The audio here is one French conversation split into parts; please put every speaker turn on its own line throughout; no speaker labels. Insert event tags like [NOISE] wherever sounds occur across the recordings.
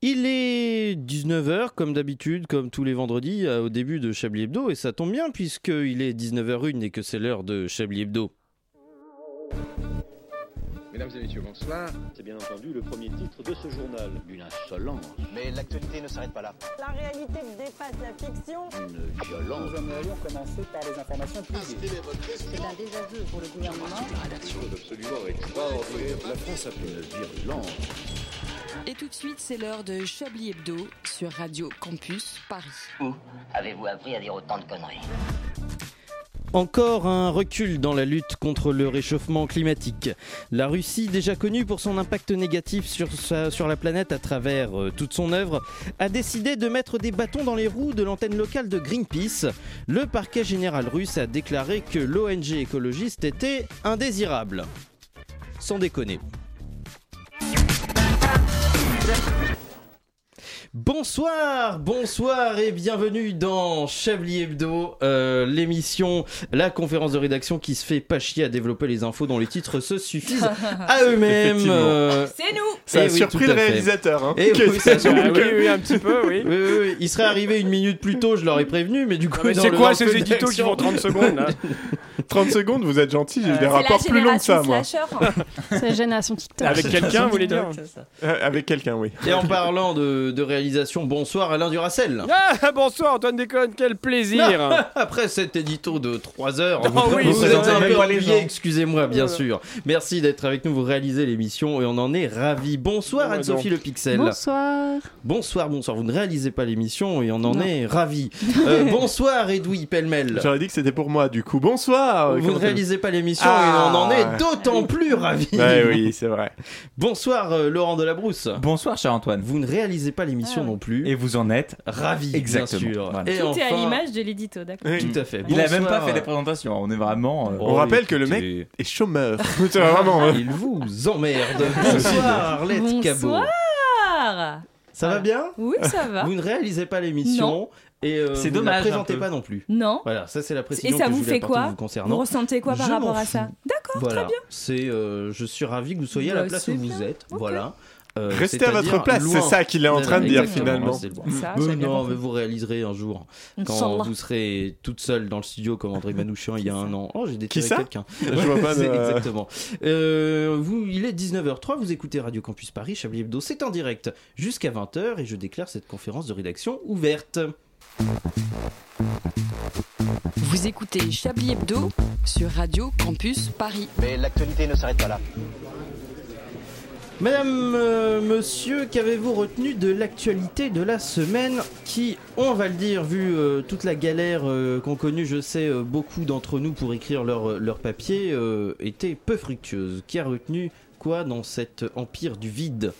Il est 19h comme d'habitude, comme tous les vendredis euh, au début de Chablis Hebdo et ça tombe bien puisqu'il est 19h01 et que c'est l'heure de Chablis Hebdo.
Mesdames et messieurs, bonsoir.
C'est bien entendu le premier titre de ce journal. Une insolence,
Mais l'actualité ne s'arrête pas là.
La réalité dépasse la fiction.
une violence.
Nous aimerions commencer par les informations privées.
C'est un désaveu pour le gouvernement.
Et tout de suite, c'est l'heure de Chablis Hebdo sur Radio Campus Paris.
Où avez-vous appris à dire autant de conneries
Encore un recul dans la lutte contre le réchauffement climatique. La Russie, déjà connue pour son impact négatif sur, sa- sur la planète à travers euh, toute son œuvre, a décidé de mettre des bâtons dans les roues de l'antenne locale de Greenpeace. Le parquet général russe a déclaré que l'ONG écologiste était indésirable. Sans déconner. Bonsoir, bonsoir et bienvenue dans Chablis Hebdo, euh, l'émission, la conférence de rédaction qui se fait pas chier à développer les infos dont les titres se suffisent à eux-mêmes. euh, eh
Effectivement.
C'est nous
Ça a surpris le réalisateur. Hein,
Eh
que
oui, ça a surpris.
que-
Bah oui, un petit peu, [LAUGHS] oui.
Oui, oui, oui. Il serait arrivé une minute plus tôt, je l'aurais prévenu, mais du coup... dans
c'est
le
quoi
dans le
ces
feu
éditos qui
d'action-
font 30 secondes [LAUGHS] là
30 secondes, vous êtes gentil, j'ai eu des
Euh, c'est
rapports plus longs que ça, moi.
[LAUGHS]
C'est la génération TikTok.
Avec quelqu'un, vous voulez dire
Euh, avec quelqu'un, oui.
Et en parlant de, de réalisation, bonsoir Alain Duracel.
Ah, bonsoir Antoine Déconne, quel plaisir
Après cet édito de 3 heures,
Oh
vous,
oui,
vous
ça
êtes
donne
un
même
peu
pas les
ennuyé,
gens.
excusez-moi bien sûr. Merci d'être avec nous, vous réalisez l'émission et on en est ravis. Bonsoir
Ouais,
Anne-Sophie Le Pixel.
Bonsoir.
Bonsoir, bonsoir, vous ne réalisez pas l'émission et on en est ravis. Euh, bonsoir Edoui Pellemel.
J'aurais dit que c'était pour moi, du coup. Bonsoir
Vous ne
comment ça-
réalisez pas l'émission
Ah.
et on en est d'autant plus ravis.
Ouais, Bah oui, c'est vrai.
Bonsoir euh, Laurent Delabrousse.
Bonsoir, cher Antoine.
Vous ne réalisez pas l'émission
Ah.
non plus.
Et vous en êtes
ravis,
Exactement.
bien sûr.
Voilà.
Et
Tout est à
enfin-
l'image de l'édito, d'accord.
Oui.
Tout à fait.
Il a même
Bonsoir,
pas fait des présentations. On est vraiment. euh,
Oh,
On rappelle que le mec
écoutez,
[LAUGHS]
est chômeur. C'est vraiment. hein.
Il vous
[LAUGHS]
emmerde. Bonsoir, Arlette Cabot.
Bonsoir. Ah,
Ça va bien
Oui, ça va.
Vous ne réalisez pas l'émission
Non.
et euh,
C'est
vous ne la
dommage,
présentez
un peu.
pas non plus.
Non.
Voilà, ça c'est la précision
ça
que je
vous
voulais
fait
apporter
quoi
vous
Vous
concernant.
ressentez quoi par
Je
rapport
m'en
à
fous.
ça D'accord,
voilà,
très bien.
c'est euh, je suis ravi que vous soyez à la
Bah,
place
c'est
où vous
bien.
êtes.
Ok.
Voilà. Euh,
Restez à
c'est-à-dire
votre place,
loin
c'est ça qu'il est en train de dire
Exactement.
finalement.
C'est loin.
Ça,
Euh,
j'avais bien
non,
compris.
mais vous réaliserez un jour quand
Inch'Allah.
vous serez toute seule dans le studio comme André Manouchian il y a un an. Oh, j'ai
Qui
déterré
ça
quelqu'un.
Je vois
[LAUGHS]
pas
C'est
de.
Exactement. Euh, vous, il est 19h03, vous écoutez Radio Campus Paris, Chablis Hebdo, c'est en direct jusqu'à 20h et je déclare cette conférence de rédaction ouverte.
Vous écoutez Chablis Hebdo sur Radio Campus Paris.
Mais l'actualité ne s'arrête pas là.
Madame, euh, monsieur, qu'avez-vous retenu de l'actualité de la semaine qui, on va le dire, vu euh, toute la galère euh, qu'ont connue, je sais, euh, beaucoup d'entre nous pour écrire leur, leur papier, euh, était peu fructueuse Qui a retenu quoi dans cet empire du vide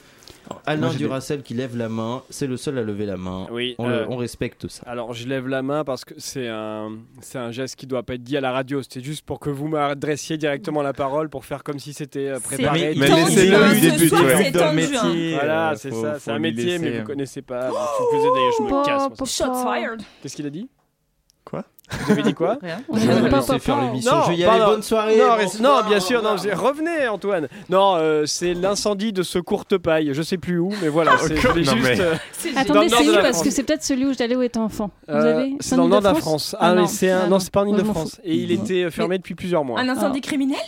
Alain
Ah,
moi, j'ai
Duracel qui lève la main, c'est le seul à lever la main.
Oui,
On,
euh,
le- on respecte ça.
alors je lève la main parce que c'est un, c'est un geste qui doit pas être dit à la radio. C'était juste pour que vous m'adressiez directement la parole pour faire comme si c'était euh,
C'est-
préparé.
Mais
Tant
laissez-le
juin,
lui
ce
débuter,
soir,
ouais.
c'est tant de juin.
Voilà,
euh,
c'est
faut-
ça,
faut
c'est un
lui
métier,
laisser,
mais
euh,
vous connaissez pas. donc si vous êtes d'ailleurs, je me
Oh,
casse. moi,
Oh,
ça-
Shots fired.
Qu'est-ce qu'il a dit
Quoi
Vous avez dit quoi
Rien.
Je vais vous laisser faire l'émission.
Non,
Je vais y
pardon.
aller. Bonne soirée.
Non,
bonsoir,
reste- non, bien sûr,
au revoir.
non, c'est- revenez Antoine. Non, euh, c'est l'incendie de ce courte paille, je sais plus où, mais voilà, c'est je l'ai
Non,
juste.
mais-
euh, Dans
Attendez,
le nord
c'est
de
où
la
Parce
France.
que c'est peut-être celui où j'allais où était enfant. Vous
euh,
avez
c'est dans le nord de la France. Ah, mais c'est un, non, c'est pas en
Moi, je m'en
Ile-de-France.
fous.
Et il
Moi.
était fermé depuis plusieurs mois.
Un incendie criminel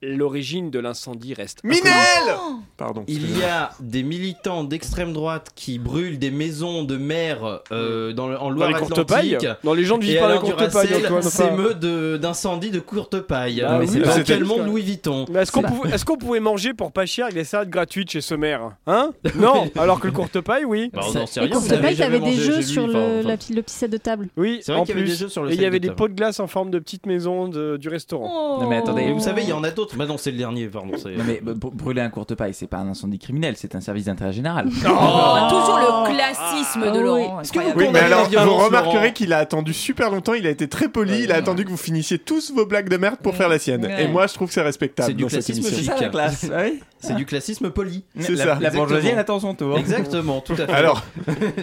L'origine de l'incendie reste.
Minel
inconnue.
Pardon.
Il y a des militants d'extrême droite qui brûlent des maisons de maires euh, dans le- en
Dans les courtes pailles
Loire-Atlantique.
Non, les gens ne
Et
vivent pas la
Alain
courte paille,
Duracell
Antoine. enfin.
s'émeut de- d'incendie de courte paille.
Ah
Bah Mais
oui,
c'est
mais
dans
c'était-
quel monde Louis Vuitton
Mais est-ce qu'on pouvait, est-ce qu'on pouvait manger pour pas cher des salades gratuites chez ce maire
[LAUGHS]
Hein Non Alors que le courte paille, oui.
Bah, on
Ça-
en sait
Et
rien,
qu'on
vous
se
avez
rappelle qu'il y
jamais
avait des
mangé
jeux
chez lui,
sur le
enfin,
la- le petit set de table.
Oui,
C'est vrai
en
qu'il y avait des
plus.
jeux sur le
Et il y
set
avait
de
des
table.
pots de glace en forme de petites maisons de- du restaurant.
Non, mais attendez.
Et vous savez, il y en a d'autres. Bah non, bah, c'est le dernier, pardon. c'est-
Non, mais b- b- brûler un courte paille, c'est pas un incendie criminel, c'est un service d'intérêt général.
Oh,
Oh.
Ah,
toujours le classisme
Ah,
de Laurent.
Oui,
Condamner
mais
la
alors, vous
violence,
remarquerez
Laurent.
qu'il a attendu super longtemps, il a été très poli, il a attendu que vous finissiez tous vos blagues de merde pour faire la sienne.
Ouais.
Et moi, je trouve que c'est respectable
C'est du
dans cette
classisme,
émission.
c'est
C'est ça la classe. Ah oui
C'est du classisme poli.
C'est
la,
ça,
La
exactement.
bourgeoisie attend son tour.
Exactement, [LAUGHS] tout à fait.
Alors,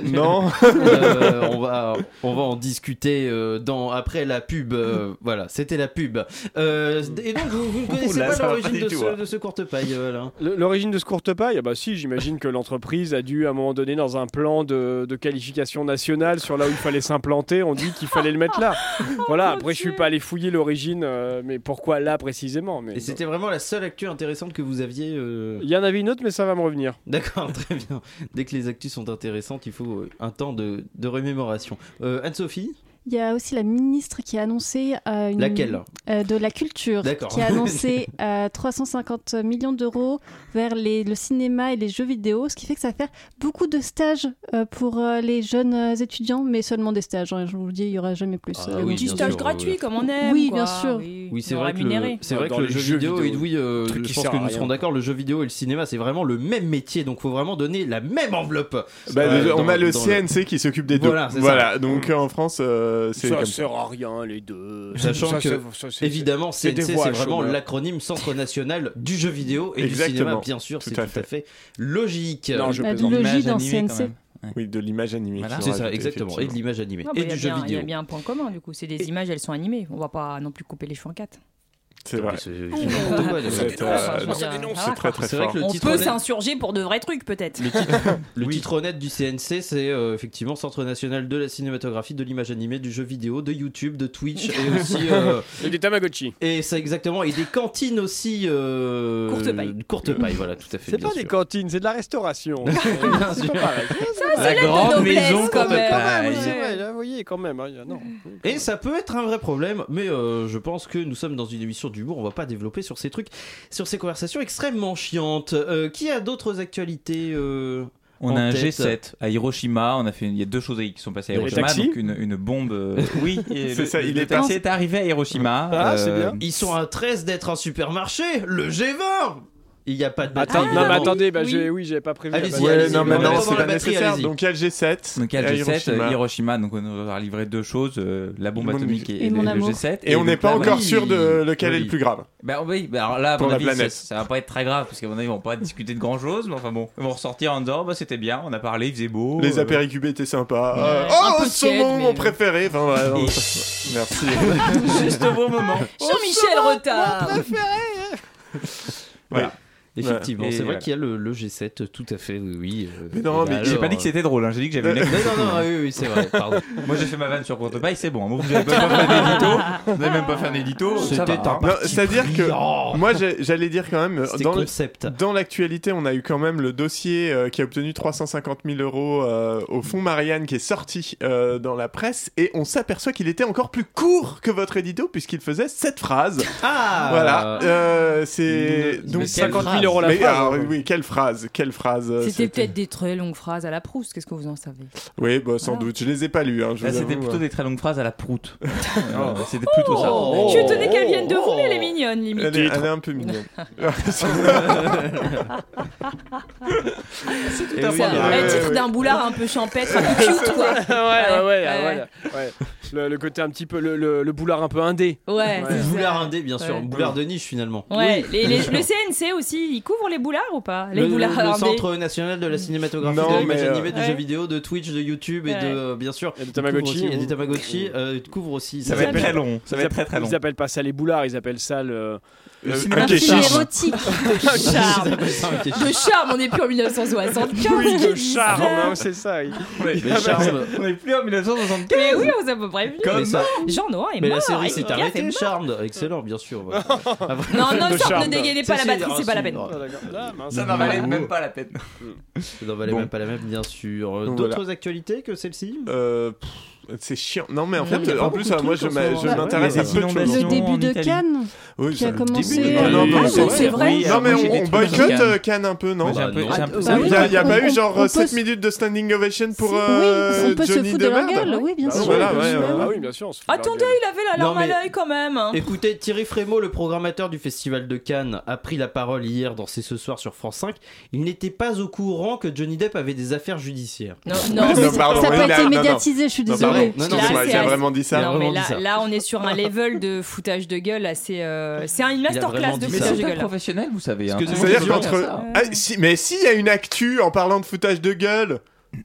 non.
Euh, on, va, on va en discuter euh, dans, après la pub. euh, voilà, c'était la pub. Euh, et donc, vous, vous ne connaissez
Oula,
pas
ça va pas
l'origine
du
de,
tout,
ce-
hein.
de ce courte paille, euh, Alain
Le- L'origine de ce courte paille, ah bah si, j'imagine que l'entreprise a dû à un moment donné dans un plan de, de qualification nationale sur là où il fallait s'implanter, on dit qu'il fallait le mettre [LAUGHS] là. Voilà, après je suis pas allé fouiller l'origine, euh, mais pourquoi là précisément mais,
Et c'était vraiment la seule actu intéressante que vous aviez. euh,
Il y en avait une autre, mais ça va me revenir.
D'accord, [LAUGHS] très bien. Dès que les actus sont intéressantes, il faut euh, un temps de, de remémoration. Euh, Anne-Sophie
Il y a aussi la ministre qui a annoncé euh, une-
Laquelle
euh, de la culture,
D'accord.
qui a annoncé euh, 350 millions d'euros vers les- le cinéma et les jeux vidéo, ce qui fait que ça va faire beaucoup de stages euh, pour euh, les jeunes euh, étudiants, mais seulement des stages. hein. je vous le dis, il y aura jamais plus.
Ah
euh,
oui,
de-
bien
Petit stage
sûr,
gratuit
oui.
comme on aime.
Oui,
quoi.
bien sûr.
Oui, c'est vrai que le,
Rémunéré.
c'est vrai
Dans
que le
les
jeu
jeux
vidéo,
vidéo,
et oui, euh,
truc
je
qui
pense
sert
que
à
nous
rien.
serons d'accord, le jeu vidéo et le cinéma, c'est vraiment le même métier, donc faut vraiment donner la même enveloppe.
Bah,
Euh,
déjà, on
dans-
a le
dans
CNC qui s'occupe des deux.
Voilà,
Voilà,
c'est ça.
donc euh, en France, euh, c'est
ça
comme ça.
sert à rien les deux.
Sachant
Ça,
que,
c'est- ça, c'est-
Évidemment,
c'est
CNC,
des
c'est
voix à
vraiment
chômeur.
l'acronyme Centre National du jeu vidéo et du
Exactement.
cinéma, bien sûr,
Tout
c'est tout
à
à fait logique.
Non, je
Bah,
plaisante.
le
L'image
J dans
animée, quand
CNC.
même.
Oui, de l'image animée.
Voilà.
qui
C'est
sont
ça,
rajoutées,
exactement, et de
effectivement.
l'image animée
Non, bah,
et
il y a
du jeu
bien- Il y
vidéo.
a bien un point commun du coup, c'est des images, elles sont animées. On va pas non plus couper les cheveux en quatre.
C'est vrai.
C'est- c'est n'importe quoi,
Vous
d'ailleurs.
êtes, euh,
je veux
non,
dire,
non,
voilà.
C'est très très
C'est vrai
fort.
que le
On
titre
peut
honnête-
s'insurger pour de vrais trucs peut-être.
Le titre, le titre honnête du CNC, c'est euh, effectivement Centre National de la Cinématographie, de l'image animée, du jeu vidéo, de YouTube, de Twitch et
[LAUGHS]
aussi. euh,
Et des Tamagotchi.
et ça exactement. Et des cantines aussi. euh,
Courte paille.
Courte paille, voilà, tout à fait.
C'est
bien
pas des
sûr.
cantines, c'est de
[LAUGHS]
la restauration.
Bien sûr.
La grande maison
quand
courte
même.
paille.
C'est vrai, là, hein, vous voyez quand même. hein, il y a- non.
Et ça peut être un vrai problème, mais euh, je pense que nous sommes dans une émission d'humour, on va pas développer sur ces trucs, sur ces conversations extrêmement chiantes. Euh, qui a d'autres actualités euh,
On
en
a un
tête.
G7 à Hiroshima. On a fait, il y a deux choses qui sont passées à
Les
Hiroshima.
taxis
Donc une, une bombe. euh, oui, et
C'est
le-
ça,
le-
il
le
est
taxi
passé-
est arrivé à Hiroshima. euh,
Ah, c'est bien.
Ils sont à 13 d'être un supermarché, le G20 Il n'y a pas de batterie.
Attends, non, mais
évidemment.
attendez, bah,
Oui.
j'ai- oui, j'avais pas prévu.
Allez-y,
Ah, bah,
Ouais,
allez-y,
non, mais
on va
non,
pas
c'est
voir la
pas
batterie,
nécessaire.
allez-y.
Donc, il y a le G7.
Donc il y a le G7, Hiroshima. donc on aura livré deux choses, euh, la bombe
Le monde-
atomique et,
Et
le,
mon
le
amour.
G7.
Et on
donc
n'est pas
là,
encore
voilà.
sûr de lequel est
Oui.
le plus grave.
Bah oui, bah alors là, à
Pour
mon
la
avis, ça,
planète.
ça va pas être très grave parce qu'à mon avis, on va pas discuter de grand chose, mais enfin bon, ils vont ressortir en disant, bah c'était bien, on a parlé, il faisait beau.
Les
euh,
apéricubés étaient sympas.
Ouais.
Euh,
Un
oh,
peu tiède,
saumon,
mais-
mon préféré. Enfin, voilà, non,
Et-
Merci.
Juste au bon moment.
Jean-Michel Oh, Retard.
Voilà.
Effectivement,
Ouais.
c'est
Et
vrai
voilà.
qu'il y a le, le G7, tout à fait, oui. oui euh,
Mais non,
et
[LAUGHS] mais
alors-
J'ai pas dit que c'était drôle, hein, j'ai dit que j'avais une
Non, non, non, ah oui, oui, c'est vrai, pardon.
Moi j'ai fait ma vanne sur Courte Paille, c'est bon. hein, Vous n'avez même pas fait un édito. Vous n'avez même pas fait un édito. ça
C'était
va,
un
hein.
Non,
parti
C'est-à-dire
pris.
que
Oh,
moi, j'ai- j'allais dire quand même,
c'est
dans, le-
concept.
dans l'actualité, on a eu quand même le dossier euh, qui a obtenu 350 000 euros euh, au fonds Marianne qui est sorti euh, dans la presse et on s'aperçoit qu'il était encore plus court que votre édito puisqu'il faisait cette phrase.
Ah
voilà, Euh, c'est
Mais
donc
quelle
50
phrase.
000 euros la
Mais
phrase. hein.
alors,
oui, quelle phrase, quelle phrase. euh,
C'était peut-être des très longues phrases à la Proust, qu'est-ce que vous en savez
Oui, bah, sans
Voilà.
doute. Je les ai pas lus. Hein, je
Ah,
Là,
vous
c'était
avoue,
plutôt
hein.
des très longues phrases à la
[LAUGHS]
proute. Euh, c'était plutôt ça.
Oh.
Je suis étonnée qu'elle vienne de vous,
Oh.
mais elle est mignonne limite.
Elle est, elle est un
[LAUGHS]
peu mignonne. Euh,
tout
à fait
Ça,
Ouais,
le titre
ouais.
d'un boulard un peu champêtre, un peu cute quoi.
ouais, ouais, ouais,
Ouais,
ouais, ouais. Le, le côté un petit peu, le, le- le boulard un peu indé.
Ouais, c'est ça.
Boulard indé, bien sûr.
Ouais.
Boulard de niche, finalement.
Ouais, les- les- le CNC aussi, il couvre les boulards ou pas Les
le,
boulards
le
indés.
Centre National de la Cinématographie,
Non,
de l'image
mais, euh,
animée, du
Ouais.
jeu vidéo, de Twitch, de YouTube et
Ouais.
de, euh, bien sûr...
Il y a des
il couvre aussi-
Tamagotchi.
Il y a des Tamagotchi. euh, il couvre aussi...
Ça
ça
va être
s'appelle-
très long. Ça va
Ils
être très très
appellent-
long.
Ils appellent pas ça les boulards, ils appellent ça le.
Euh,
cinéma
un
Un film
kéchiche.
érotique.
Ils appellent ça un
De [LAUGHS]
kéchiche.
charme, on est plus en 1975.
Oui,
qui
le
dit
charme,
ça.
hein, c'est ça. il-
Mais Charme...
On est plus en 1975.
Mais oui, on vous a pas prévenu.
Mais, ça-
Jean Noir est
mais
mort.
la série
il
s'est
est bien
arrêtée,
fait.
Charmed. Excellent, bien sûr. voilà.
Non,
[LAUGHS]
non,
De
Charme,
charme.
ne dégainez
Si,
pas la
si,
batterie,
alors,
c'est pas
si,
la peine.
alors,
Ah, d'accord. Ah, mince.
Ça n'en valait même pas la peine.
Ça n'en valait
Bon.
même pas la même, bien sûr. Euh,
Donc,
D'autres actualités que celle-ci
Euh, pff, c'est chiant. Non, mais en
Non,
fait,
mais il y a pas
en plus,
beaucoup de
moi, je
trucs en ce
m'a-
moment.
je
Ouais,
m'intéresse
ouais,
à
il y a
peu de
des
choses.
inondations.
Le
Sinon, en
début de
Italie.
Cannes
Oui,
qui
ça-
a commencé.
début de
euh,
Cannes.
Non, non,
Ah,
mais
ça, c'est vrai.
Oui,
Non,
alors,
mais
moi, j'ai
on,
des
on
trucs en
boycotte
Cannes.
euh, Cannes un peu, non
Moi, j'ai un peu-
Bah,
j'ai un
non.
peu-
Ah
Il
oui,
n'y a, il y a
on-
pas
on-
eu genre
on peut
7
se-
minutes de standing ovation pour
si,
euh,
oui, on peut
Johnny
se foutre de leur
Demerde
gueule, oui, bien
Bah,
sûr.
voilà, ouais,
bien
ouais,
sûr.
Ah oui, bien sûr. on se fout de leur
Attendez,
gueule.
il avait la larme
Non, mais-
à l'œil quand même. hein.
Écoutez, Thierry Frémaux, le programmateur du Festival de Cannes, a pris la parole hier dans C'est ce soir sur France 5. Il n'était pas au courant que Johnny Depp avait des affaires judiciaires.
Non, non,
Non, pardon,
Ça n'a
oui,
pas
là,
été
non, non.
médiatisé, je suis
Non,
désolée.
vrai.
oui.
Non, non,
Là,
c'est vrai,
c'est
il a
assez-
vraiment dit ça. Il a
Non, mais
vraiment
là,
dit ça.
là, on est sur un level de foutage de gueule assez. euh, C'est un- une masterclass de
Mais
foutage
c'est
de
pas
gueule. Euh,
professionnel, vous savez. hein.
Excusez-moi,
C'est-à-dire
Ils ont
qu'entre. Ah, si- mais s'il y a une actu en parlant de foutage de gueule,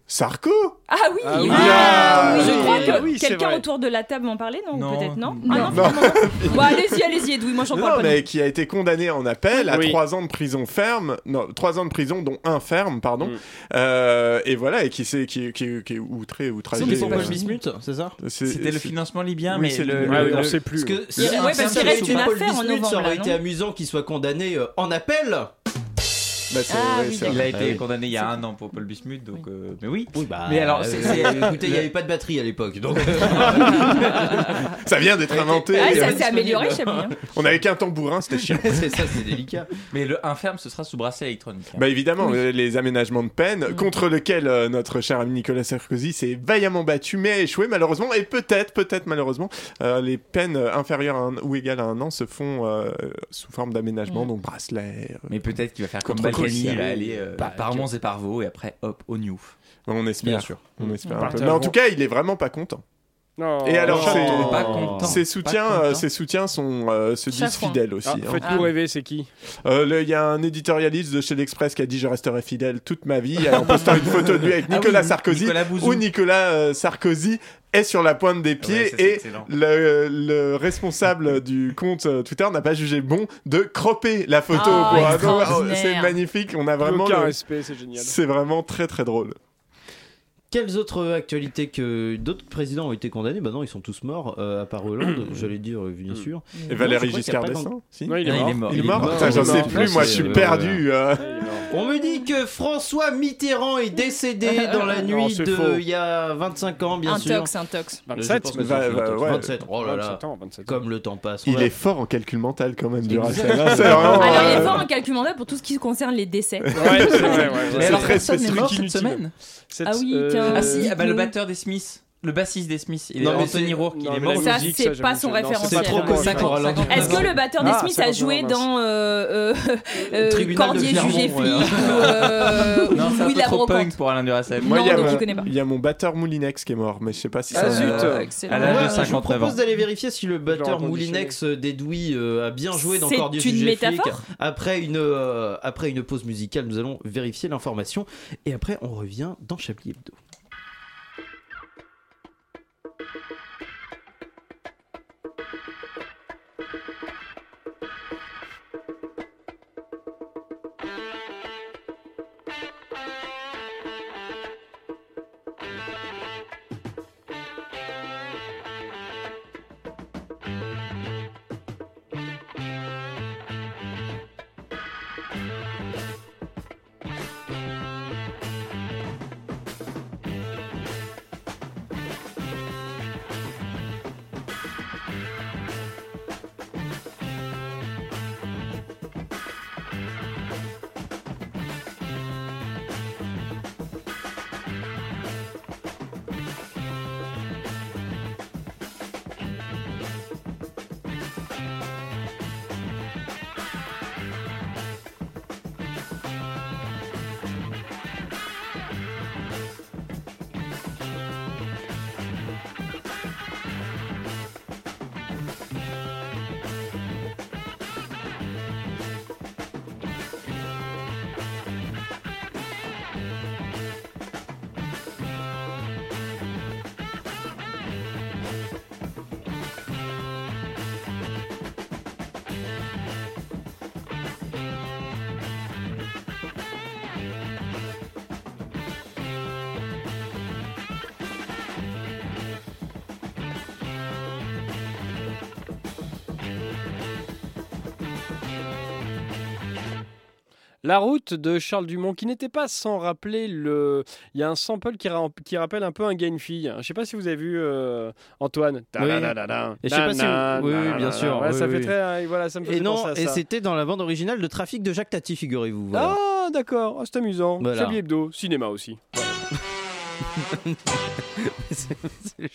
Sarko
Ah oui,
Ah oui.
Ah oui.
Ah
Je
oui.
crois que
Ah oui, c'est
quelqu'un
vrai.
autour de la table m'en parlait, non,
Non.
Peut-être non
Non.
Ah non, finalement, non. Bon, allez-y, allez-y, Edoui, moi j'en
Non,
parle pas. non.
mais qui a été condamné en appel à
Oui.
trois ans de prison ferme, non, trois ans de prison dont un ferme, pardon, Euh, et voilà, et qui, s'est- qui, qui, qui est outragé. outragé
C'était pour
euh,
Paul Bismuth,
c'est ça
c'est-
C'était le
c'est-
financement libyen,
Oui,
mais
c'est
le, Ah
le- Ouais,
le-
on
le-
sait plus.
Parce que
Si
si
Ouais,
un
parce qu'il
simple
reste
sous
une
Paul
affaire en
Bismuth,
novembre,
ça
là,
aurait été
non
amusant qu'il soit condamné euh, en appel.
Bah, c'est-
Ah
ouais,
oui,
c'est
Il a
vrai.
été
oui.
condamné il y a un an pour Paul Bismuth, donc euh, mais oui.
Oui, bah,
Mais alors, c'est-
euh,
c'est-
écoutez, il n'y avait pas de batterie à l'époque, donc. [LAUGHS]
Ça vient d'être inventé.
Ah,
euh,
ça s'est amélioré, Chablis. hein.
On avait qu'un tambourin, c'était chiant.
c'est ça, c'est délicat.
Mais le inferme, ce sera sous bracelet électronique. hein.
Bah évidemment, euh, les aménagements de peine,
Mm.
contre lequel euh, notre cher ami Nicolas Sarkozy s'est vaillamment battu, mais a échoué malheureusement, et peut-être, peut-être malheureusement, euh, les peines euh, inférieures à un- ou égales à un an se font euh, sous forme d'aménagement,
Mm.
donc bracelet. euh,
Mais peut-être qu'il va faire comme
Contre
Balkany,
Kosovo.
il va aller euh, Ah par Mons et par Vaux et après hop au New.
on espère.
Bien sûr.
On espère
Mm.
un peu. Mais en tout cas, il est vraiment pas content. Et alors,
Oh,
c'est-
pas content.
Ses soutiens,
Pas
euh,
content.
ses soutiens sont, euh, se disent
Chafouin.
fidèles aussi.
Ah,
hein.
Faites-nous
Ah.
rêver, c'est qui
Euh, là, Il y a un éditorialiste de chez l'Express qui a dit Je resterai fidèle toute ma vie, en postant une photo de lui avec
Ah oui,
Nicolas Sarkozy,
Nicolas Bouzou.
où Nicolas euh, Sarkozy est sur la pointe des
Ouais,
pieds
ça, c'est
et
excellent.
le, le responsable [LAUGHS] du compte euh, Twitter n'a pas jugé bon de cropper la photo.
Ah,
pour un-
extraordinaire.
c'est magnifique, on a vraiment.
Aucun
le-
respect, c'est génial.
C'est vraiment très très drôle.
Quelles autres actualités que d'autres présidents ont été condamnés Bah non, ils sont tous morts, euh, à part Hollande, j'allais dire euh, bien sûr.
Et
Non,
Valérie
je crois qu'il y a
Giscard
pas
d'Estaing si
Non, il
Ah,
est mort. Ah,
Il est mort
mort.
Putain, J'en sais
Non,
plus,
non,
moi je
c'est-
suis
euh,
perdu. euh.
Il est mort.
On me dit que François Mitterrand est décédé dans la
Non,
nuit
c'est
de
faux.
il y a 25 ans, bien
Un
sûr.
tox, un tox.
Je pense
27,
que
mais-
c'est
va-
un
va-
tox.
ouais.
27, oh là là,
27 ans, 27 ans.
comme le temps passe.
Il
Voilà.
est fort en calcul mental quand même,
Exact.
Duracell. [LAUGHS] C'est vraiment.
Alors, il est
euh,
fort en calcul mandat pour tout ce qui concerne les décès.
Ouais, c'est vrai, ouais,
Mais
ouais.
alors
très
personne n'est
spécifique,
mort cette
inutile.
semaine.
Cette-
Ah oui,
euh,
tiens.
Ah si, ah bah, le
Dites-nous.
batteur des Smiths, le bassiste des Smiths, il est
Non, mais
Anthony
c'est-
Rourke, il
Non,
est
mais
mort.
la
Ça,
musique,
c'est
j'avoue,
pas
je-
son
non,
référentiel.
c'est trop connu.
50,
Est-ce
50.
Est-ce que le batteur des
Ah,
Smiths
c'est
a
pas
joué
grave,
dans euh, [LAUGHS] euh, euh,
Tribunal de
Cordier jugé flic
Clermont, ouais.
ou [LAUGHS]
Non,
euh,
c'est
ou
un
Will
peu
la
trop
Brocante
punk pour Alain Duracell.
Moi,
Non,
il y a
donc
mon-
je connais pas.
il y a mon batteur Moulinex qui est mort, mais je sais pas si
Ah,
ça-
zut.
Euh,
Excellent.
À l'âge
Moi,
de
je vous
59 ans.
propose d'aller vérifier si le batteur
entendu
Moulinex euh, d'Edoui euh, a bien joué dans
C'est
Cordier
une
jugé
métaphore
flic. Après une, euh, après une pause musicale, nous allons vérifier l'information. Et après, on revient dans Chablis Hebdo.
La route de Charles Dumont, qui n'était pas sans rappeler le. Il y a un sample qui, ra- qui rappelle un peu un gars et une fille. hein. Je sais pas si vous avez vu euh, Antoine. Ta-da-da-da-da.
Et je sais pas si vous-
Na-na,
oui, oui,
na-na,
bien
na-na.
sûr,
Ouais,
oui,
ça
oui.
fait très. euh, Voilà, ça me
Et
faisait penser
non,
à
et
ça.
c'était dans la bande originale de Trafic de Jacques Tati, figurez-vous. voilà.
Ah, d'accord. Ah, c'est amusant.
Voilà.
Chablis Hebdo, cinéma aussi. Ah.
[LAUGHS]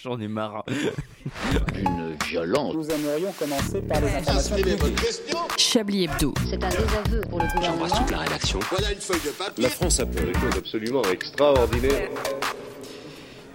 J'en ai marre.
D'une violence.
Nous aimerions commencer par les informations publiques.
Chablis Hebdo.
C'est un désaveu pour le gouvernement.
la rédaction.
La France a fait des choses absolument extraordinaires.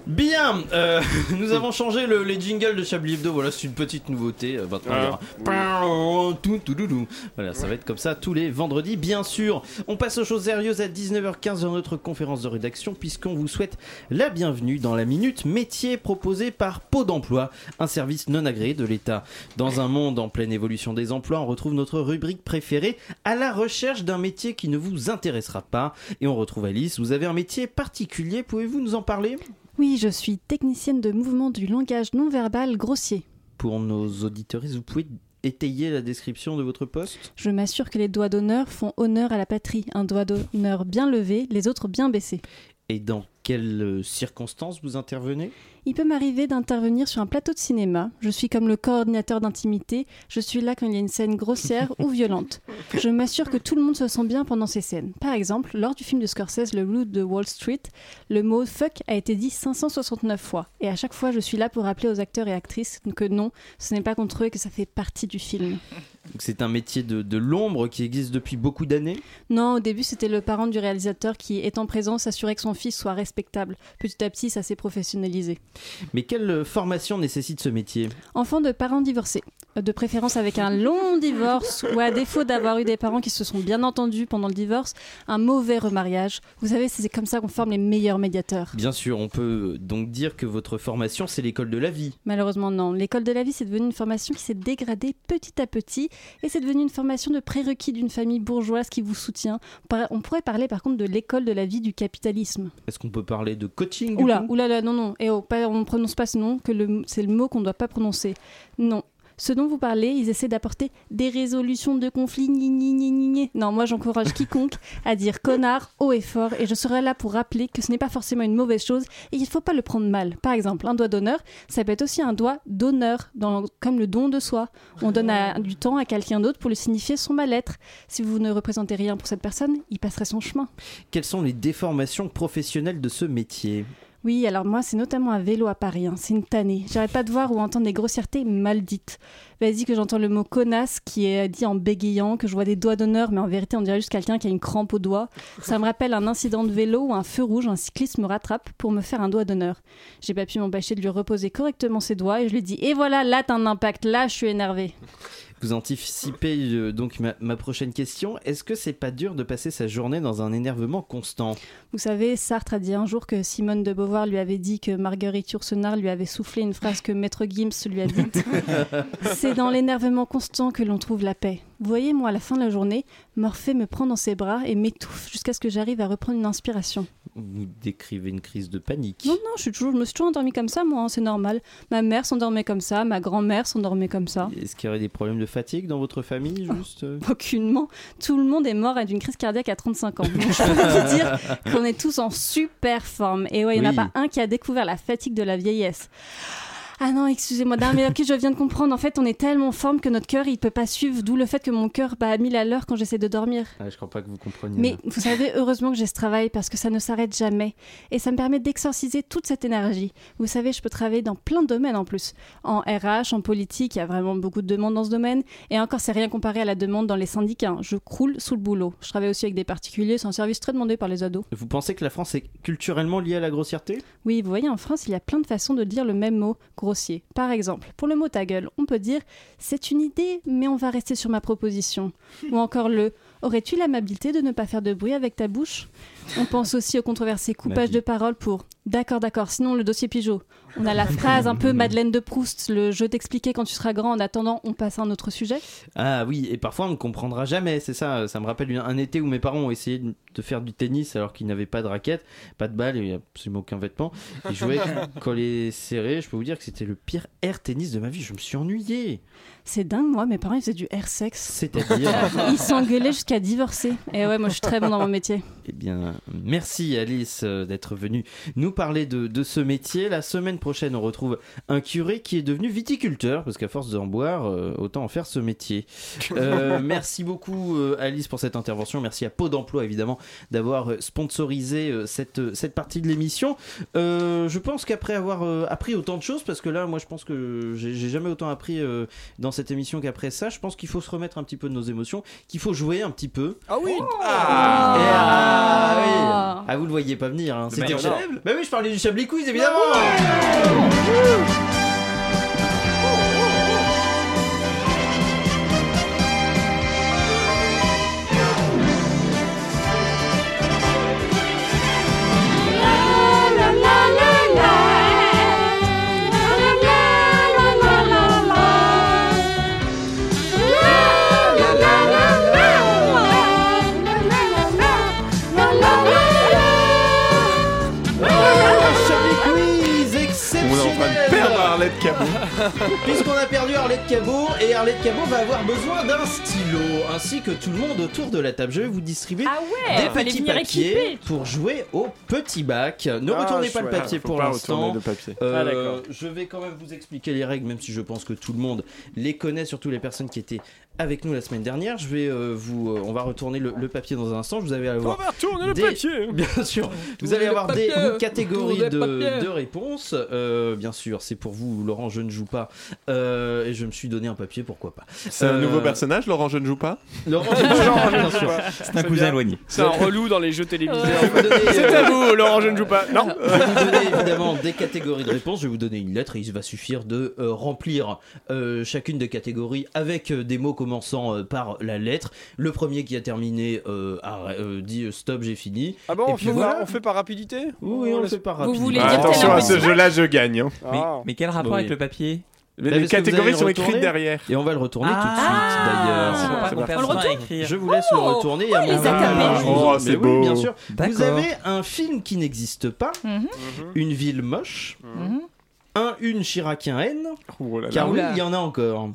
Bien, euh, [LAUGHS] nous avons changé le- les jingles de Chablis Hebdo. Voilà, c'est une petite nouveauté. Euh, Maintenant, il y aura tout, tout, tout, tout. Voilà, ça va être comme ça tous les vendredis, bien sûr. On passe aux choses sérieuses à 19h15 dans notre conférence de rédaction, puisqu'on vous souhaite la bienvenue dans la minute métier proposée par Pôle d'emploi, un service non agréé de l'État. Dans un monde en pleine évolution des emplois, on retrouve notre rubrique préférée à la recherche d'un métier qui ne vous intéressera pas. Et on retrouve Alice. Vous avez un métier particulier, pouvez-vous nous en parler
Oui, je suis technicienne de mouvement du langage non verbal grossier.
Pour nos auditeurs, vous pouvez étayer la description de votre poste
Je m'assure que les doigts d'honneur font honneur à la patrie. Un doigt d'honneur bien levé, les autres bien baissés.
Et dans quelles euh, circonstances vous intervenez
Il peut m'arriver d'intervenir sur un plateau de cinéma. Je suis comme le coordinateur d'intimité. Je suis là quand il y a une scène grossière ou violente. Je m'assure que tout le monde se sent bien pendant ces scènes. Par exemple, lors du film de Scorsese, Le Loup de Wall Street, le mot fuck a été dit 569 fois. Et à chaque fois, je suis là pour rappeler aux acteurs et actrices que non, ce n'est pas contre eux et que ça fait partie du film.
Donc C'est un métier de, de l'ombre qui existe depuis beaucoup d'années.
Non, au début, c'était le parent du réalisateur qui, étant présent, s'assurait que son fils soit respectable. Petit à petit, ça s'est professionnalisé.
Mais quelle euh, formation nécessite ce métier
Enfant de parents divorcés, euh, de préférence avec un long divorce ou à défaut d'avoir eu des parents qui se sont bien entendus pendant le divorce, un mauvais remariage. Vous savez, c'est comme ça qu'on forme les meilleurs médiateurs.
Bien sûr, on peut euh, donc dire que votre formation, c'est l'école de la vie.
Malheureusement, non. L'école de la vie, c'est devenu une formation qui s'est dégradée petit à petit et c'est devenu une formation de prérequis d'une famille bourgeoise qui vous soutient. Par- On pourrait parler par contre de l'école de la vie du capitalisme.
Est-ce qu'on peut parler de coaching du
Oula,
coup
oula, là, non, non. Et on ne prononce pas ce nom, que le- c'est le mot qu'on ne doit pas prononcer. Non. Ce dont vous parlez, ils essaient d'apporter des résolutions de conflits. Ni, ni, ni, ni, ni. Non, moi j'encourage quiconque à dire connard haut et fort et je serai là pour rappeler que ce n'est pas forcément une mauvaise chose et il ne faut pas le prendre mal. Par exemple, un doigt d'honneur, ça peut être aussi un doigt d'honneur, dans- comme le don de soi. On donne à- du temps à quelqu'un d'autre pour lui signifier son mal-être. Si vous ne représentez rien pour cette personne, il passerait son chemin.
Quelles sont les déformations professionnelles de ce métier
Oui, alors moi, c'est notamment un vélo à Paris. hein. C'est une tannée. J'arrête pas de voir ou entendre des grossièretés mal dites. Vas-y que j'entends le mot connasse qui est dit en bégayant, que je vois des doigts d'honneur, mais en vérité, on dirait juste quelqu'un qui a une crampe au doigt. Ça me rappelle un incident de vélo où un feu rouge, un cycliste me rattrape pour me faire un doigt d'honneur. J'ai pas pu m'empêcher de lui reposer correctement ses doigts et je lui dis Et voilà, là, t'as un impact. Là, je suis énervé.
Vous anticipez euh, donc ma, ma prochaine question. Est-ce que c'est pas dur de passer sa journée dans un énervement constant
Vous savez, Sartre a dit un jour que Simone de Beauvoir lui avait dit que Marguerite Yourcenar lui avait soufflé une phrase que Maître Gims lui a dite. C'est dans l'énervement constant que l'on trouve la paix. Vous voyez, moi, à la fin de la journée, Morphée me prend dans ses bras et m'étouffe jusqu'à ce que j'arrive à reprendre une inspiration.
Vous décrivez une crise de panique.
Non, non, je, suis toujours, je me suis toujours endormie comme ça, moi, hein, c'est normal. Ma mère s'endormait comme ça, ma grand-mère s'endormait comme ça.
Est-ce qu'il y aurait des problèmes de fatigue dans votre famille juste euh
[LAUGHS] Aucunement. Tout le monde est mort d'une crise cardiaque à 35 ans. Donc, je peux vous dire qu'on est tous en super forme. Et ouais, il n'y en
Oui.
a pas un qui a découvert la fatigue de la vieillesse. Ah non, excusez-moi, non, mais ok, je viens de comprendre. En fait, on est tellement en forme que notre cœur, il peut pas suivre. D'où le fait que mon cœur bat à 1000 à l'heure quand j'essaie de dormir.
Ah, Je crois pas que vous compreniez.
Mais
là.
vous savez, heureusement que j'ai ce travail parce que ça ne s'arrête jamais. Et ça me permet d'exorciser toute cette énergie. Vous savez, je peux travailler dans plein de domaines en plus. En RH, en politique, il y a vraiment beaucoup de demandes dans ce domaine. Et encore, c'est rien comparé à la demande dans les syndicats. Je croule sous le boulot. Je travaille aussi avec des particuliers. C'est un service très demandé par les ados.
Vous pensez que la France est culturellement liée à la grossièreté
Oui, vous voyez, en France, il y a plein de façons de dire le même mot, grossier. Par exemple, pour le mot ta gueule, on peut dire c'est une idée, mais on va rester sur ma proposition. Ou encore le aurais-tu l'amabilité de ne pas faire de bruit avec ta bouche On pense aussi aux controversés coupages
Magnifique.
de parole pour d'accord, d'accord, sinon le dossier Pigeot. On a la phrase un peu Madeleine de Proust, le je t'expliquais quand tu seras grand, en attendant, on passe à un autre sujet.
Ah oui, et parfois on ne comprendra jamais, c'est ça. Ça me rappelle une- un été où mes parents ont essayé de de faire du tennis alors qu'ils n'avaient pas de raquette, pas de balle, et absolument aucun vêtement. Ils jouaient collés serrés. Je peux vous dire que c'était le pire air tennis de ma vie. Je me suis ennuyé.
C'est dingue, moi, mes parents, ils faisaient du air sexe.
C'est-à-dire
Ils s'engueulaient jusqu'à divorcer. Et ouais, moi, je suis très bon dans mon métier.
Eh bien, merci Alice euh, d'être venue nous parler de, de ce métier. La semaine prochaine, on retrouve un curé qui est devenu viticulteur, parce qu'à force d'en boire, euh, autant en faire ce métier. Euh, merci beaucoup euh, Alice pour cette intervention. Merci à Pau d'Emploi, évidemment, d'avoir euh, sponsorisé euh, cette, euh, cette partie de l'émission. Euh, je pense qu'après avoir euh, appris autant de choses, parce que là, moi, je pense que j'ai j'ai jamais autant appris euh, dans cette émission qu'après ça, je pense qu'il faut se remettre un petit peu de nos émotions, qu'il faut jouer un petit peu.
Ah oui
Oh. Ah, Et ah, oui. Ah, vous le voyez pas venir. Hein.
manière
C'était-
célèbre.
Bah oui,
oui, je parlais du Chablis Quiz,
Ah
évidemment
Chablis Quiz
On est en train de perdre hein.
exceptionnel
Arlette Cabot.
Puisqu'on a perdu Arlette Cabot et Arlette Cabot va avoir besoin d'un stylo ainsi que tout le monde autour de la table. Je vais vous distribuer
Ah ouais,
des
fallait
petits
venir
papiers
équiper.
pour jouer au petit bac. Ne
Ah,
retournez pas le
chouette.
papier
Faut
pour
pas
l'instant.
retourner le papier.
Euh,
Ah, d'accord.
je vais quand même vous expliquer les règles, même si je pense que tout le monde les connaît, surtout les personnes qui étaient avec nous la semaine dernière. Je vais euh, vous, euh, on va retourner le, le papier dans un instant. Je vous avais à
On va retourner le
des-
papier
[LAUGHS] Bien sûr, vous
Tournez
allez
le
avoir des
papier,
une catégorie
tournez le
de,
papier.
de réponses. Euh, bien sûr, c'est pour vous, Laurent, je ne joue pas. Euh, et je me suis donné un papier, pourquoi pas.
C'est un
Euh,
nouveau personnage, Laurent Je ne joue pas
[LAUGHS]
Laurent,
Laurent, je ne
bien
joue
sûr.
pas.
C'est un cousin éloigné.
C'est un relou dans les jeux télévisés.
Donnez-
C'est à vous, Laurent, je ne joue pas. Non
Je vais vous donner évidemment des catégories de réponses. Je vais vous donner une lettre et il va suffire de euh, remplir euh, chacune des catégories avec euh, des mots commençant euh, par la lettre. Le premier qui a terminé euh, a- euh, dit euh, stop, j'ai fini.
Ah bon,
et
on
puis
fait,
voilà.
par, on fait par rapidité
Oui, on le fait par
Vous
rapide.
voulez
Bah,
dire
Attention
Taylor
à ce
Swift
jeu-là, je gagne. hein.
Mais,
Ah.
mais quel rapport
Oui.
avec le papier
Mais
Parce
Les
que vous allez
catégories
le
sont
retourner
écrites derrière.
Et on va le retourner tout de suite
Ah,
d'ailleurs.
faut pas qu'on perde
On le
le temps à écrire.
Je vous laisse le
Oh
retourner. et
Oh,
à
il les a
mon avis,
tapés.
je vous-
Oh,
mais
c'est
oui,
beau.
bien sûr. Vous
D'accord.
avez un film qui n'existe pas,
Mhm.
une ville moche, un une Chiracien haine,
Oh là là.
car oui,
Oula.
il y en a encore,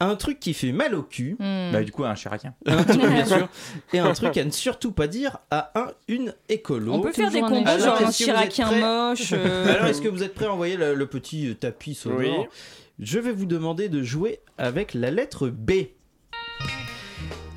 un truc qui fait mal au cul,
Hmm.
Bah, du coup, un chiracien.
un truc, bien sûr, et un truc à ne surtout pas dire à un une écolo.
On peut faire des
Toujours en
combos
échec.
genre un
Alors, si vous êtes
Chiracien
prêts-
moche. [LAUGHS] euh,
Alors, est-ce que vous êtes prêts à envoyer le, le petit euh, tapis sonore
Oui.
Je vais vous demander de jouer avec la lettre B.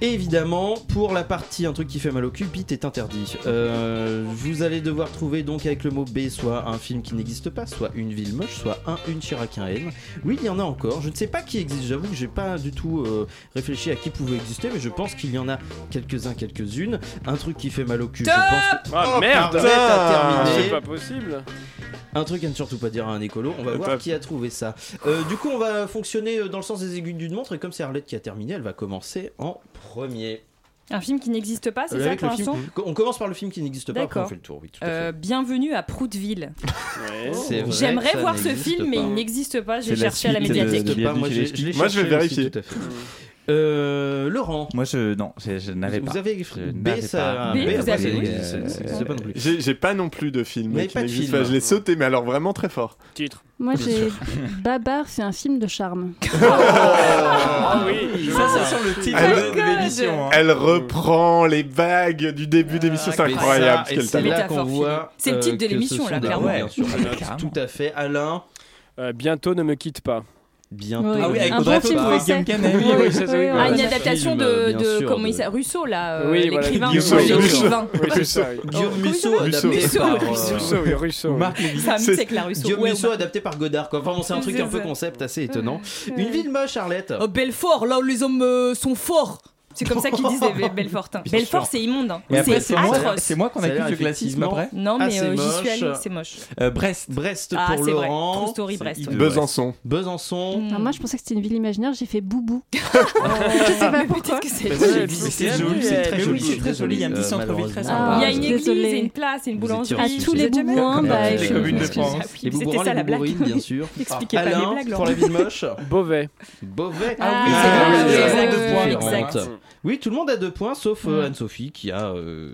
Évidemment, pour la partie un truc qui fait mal au cul, bit est interdit. Euh, vous allez devoir trouver donc avec le mot B soit un film qui n'existe pas, soit une ville moche, soit un une Chiracien haine. Oui, il y en a encore. Je ne sais pas qui existe. J'avoue que j'ai pas du tout euh, réfléchi à qui pouvait exister, mais je pense qu'il y en a quelques-uns, quelques-unes. Un truc qui fait mal au cul. je
Top
pense que-
Ah
Oh,
merde Ah,
Arlette a terminé.
C'est pas possible
Un truc à ne surtout pas dire à un écolo, on va
Euh,
voir
top.
qui a trouvé ça. Euh, du coup, on va fonctionner euh, dans le sens des aiguilles d'une montre, et comme c'est Arlette qui a terminé, elle va commencer en premier.
Un film qui n'existe pas, c'est
Euh,
ça
avec
pour
le film-
l'instant
On commence par le film qui n'existe pas, après on
D'accord.
fait le tour, oui, tout à fait.
Euh, Bienvenue à Proutville.
Ouais.
C'est vrai que
J'aimerais
ça
voir ce
n'existe
film, mais
pas.
il n'existe pas. J'ai
C'est la
cherché à la
suite de-
médiathèque.
n'existe
Bienvenue
pas, moi,
chez
je,
les
je l'ai
Moi, je vais
cherché aussi,
vérifier.
tout à fait.
Mmh.
Euh, Laurent,
Moi, je. Non, c'est- je n'avais pas.
vous avez
Je
B,
n'avais
ça.
pas.
B, vous
après,
avez-
c'est-
oui.
c'est- c'est- c'est pas non plus.
J'ai j'ai pas non plus de film.
Mais
qui
pas de
n'existe
film.
Je l'ai sauté, mais alors vraiment très fort.
Titre. Oh,
Moi, j'ai Babar fait un film de charme.
Ah oui je
Ça,
vois.
ça sent le titre
Ah,
de-
God.
de l'émission. hein.
Elle reprend les vagues du début d'émission. C'est
Ah, mais
Et
incroyable
ça,
ce
et
qu'elle
c'est
tape.
là
Métaphore
qu'on
finie.
voit.
C'est le titre
euh,
de
que ce
l'émission,
sont
là,
des-
clairement.
bien sûr,
Ouais, carrément.
Tout à fait. Alain,
Euh, Bientôt ne me quitte pas.
bientôt.
Ouais.
Ah oui, avec
Un
Audrey
bon film
Tautou et
français.
Guillaume Canet.
Oui, oui,
ça, ça,
oui,
oui,
oui.
Ah,
voilà.
une
film,
adaptation
euh, bien
de, de-
sûr,
comment il
de-
s'appelle Rousseau là, euh,
Oui, voilà,
l'écrivain,
Rousseau,
euh,
Rousseau.
l'écrivain.
Oui, c'est ça. oui.
Guillaume
Oh,
Musso,
Guillaume
adapté
Musso,
par,
oui.
euh,
Rousseau, oui, Rousseau. oui.
Marc Lévy.
C'est un mix
C'est-
avec la Rousseau.
Guillaume
Ouais,
Musso
ouais.
adapté par Godard. Quoi. Enfin, bon, c'est un
C'est
truc un peu
ça.
concept assez étonnant. Une
Ouais.
ville moche, Arlette.
Oh, Belfort, là où les hommes euh, sont forts. C'est comme ça qu'ils disent les Bel- Belfortins.
Bien
Belfort,
sûr.
c'est immonde. hein.
Et après,
C'est
c'est moi-
atroce.
C'est moi qu'on
Ça a l'air
accuse le classisme
effectivement-
après.
Non,
Ah,
mais
c'est
euh, j'y suis
moche.
allée, c'est moche.
Euh, Brest.
Brest
Ah,
pour
c'est vrai. True
Laurent.
story,
C'est
Brest.
hideux.
ouais.
Besançon.
Besançon.
Mm.
Alors Ah, moi, je pensais que c'était une ville imaginaire, j'ai fait Boubou. je sais pas
Mais
pourquoi.
peut-être que c'est-
Mais
ça,
ça,
j'ai
existe,
vu,
c'est
c'est
joli,
joli,
c'est
mais
très
oui,
joli.
c'est très joli, il y a un petit
Euh,
centre-ville très
malheureusement.
sympa.
Il y a une euh,
Ah,
église,
désolée.
et une place, et une
Vous étiez
boulangerie.
À
Oui,
tous
vous
les
êtes jamais
bourrins,
allés
bah,
à
des
je-
communes de
excusez-moi.
France.
Oui,
hein. Les
C'était
Bourbourins,
ça
les
la blague.
Bourbourines, bien sûr.
N'expliquez pas mes
Alain
blagues,
pour
Laurent.
la ville moche.
Beauvais.
Beauvais.
Ah oui,
Ah,
c'est
oui,
vrai,
oui,
c'est
oui,
vrai,
oui,
point,
oui,
exact.
Différente. Oui, tout le monde a deux points, sauf euh,
Mm.
Anne-Sophie qui a euh,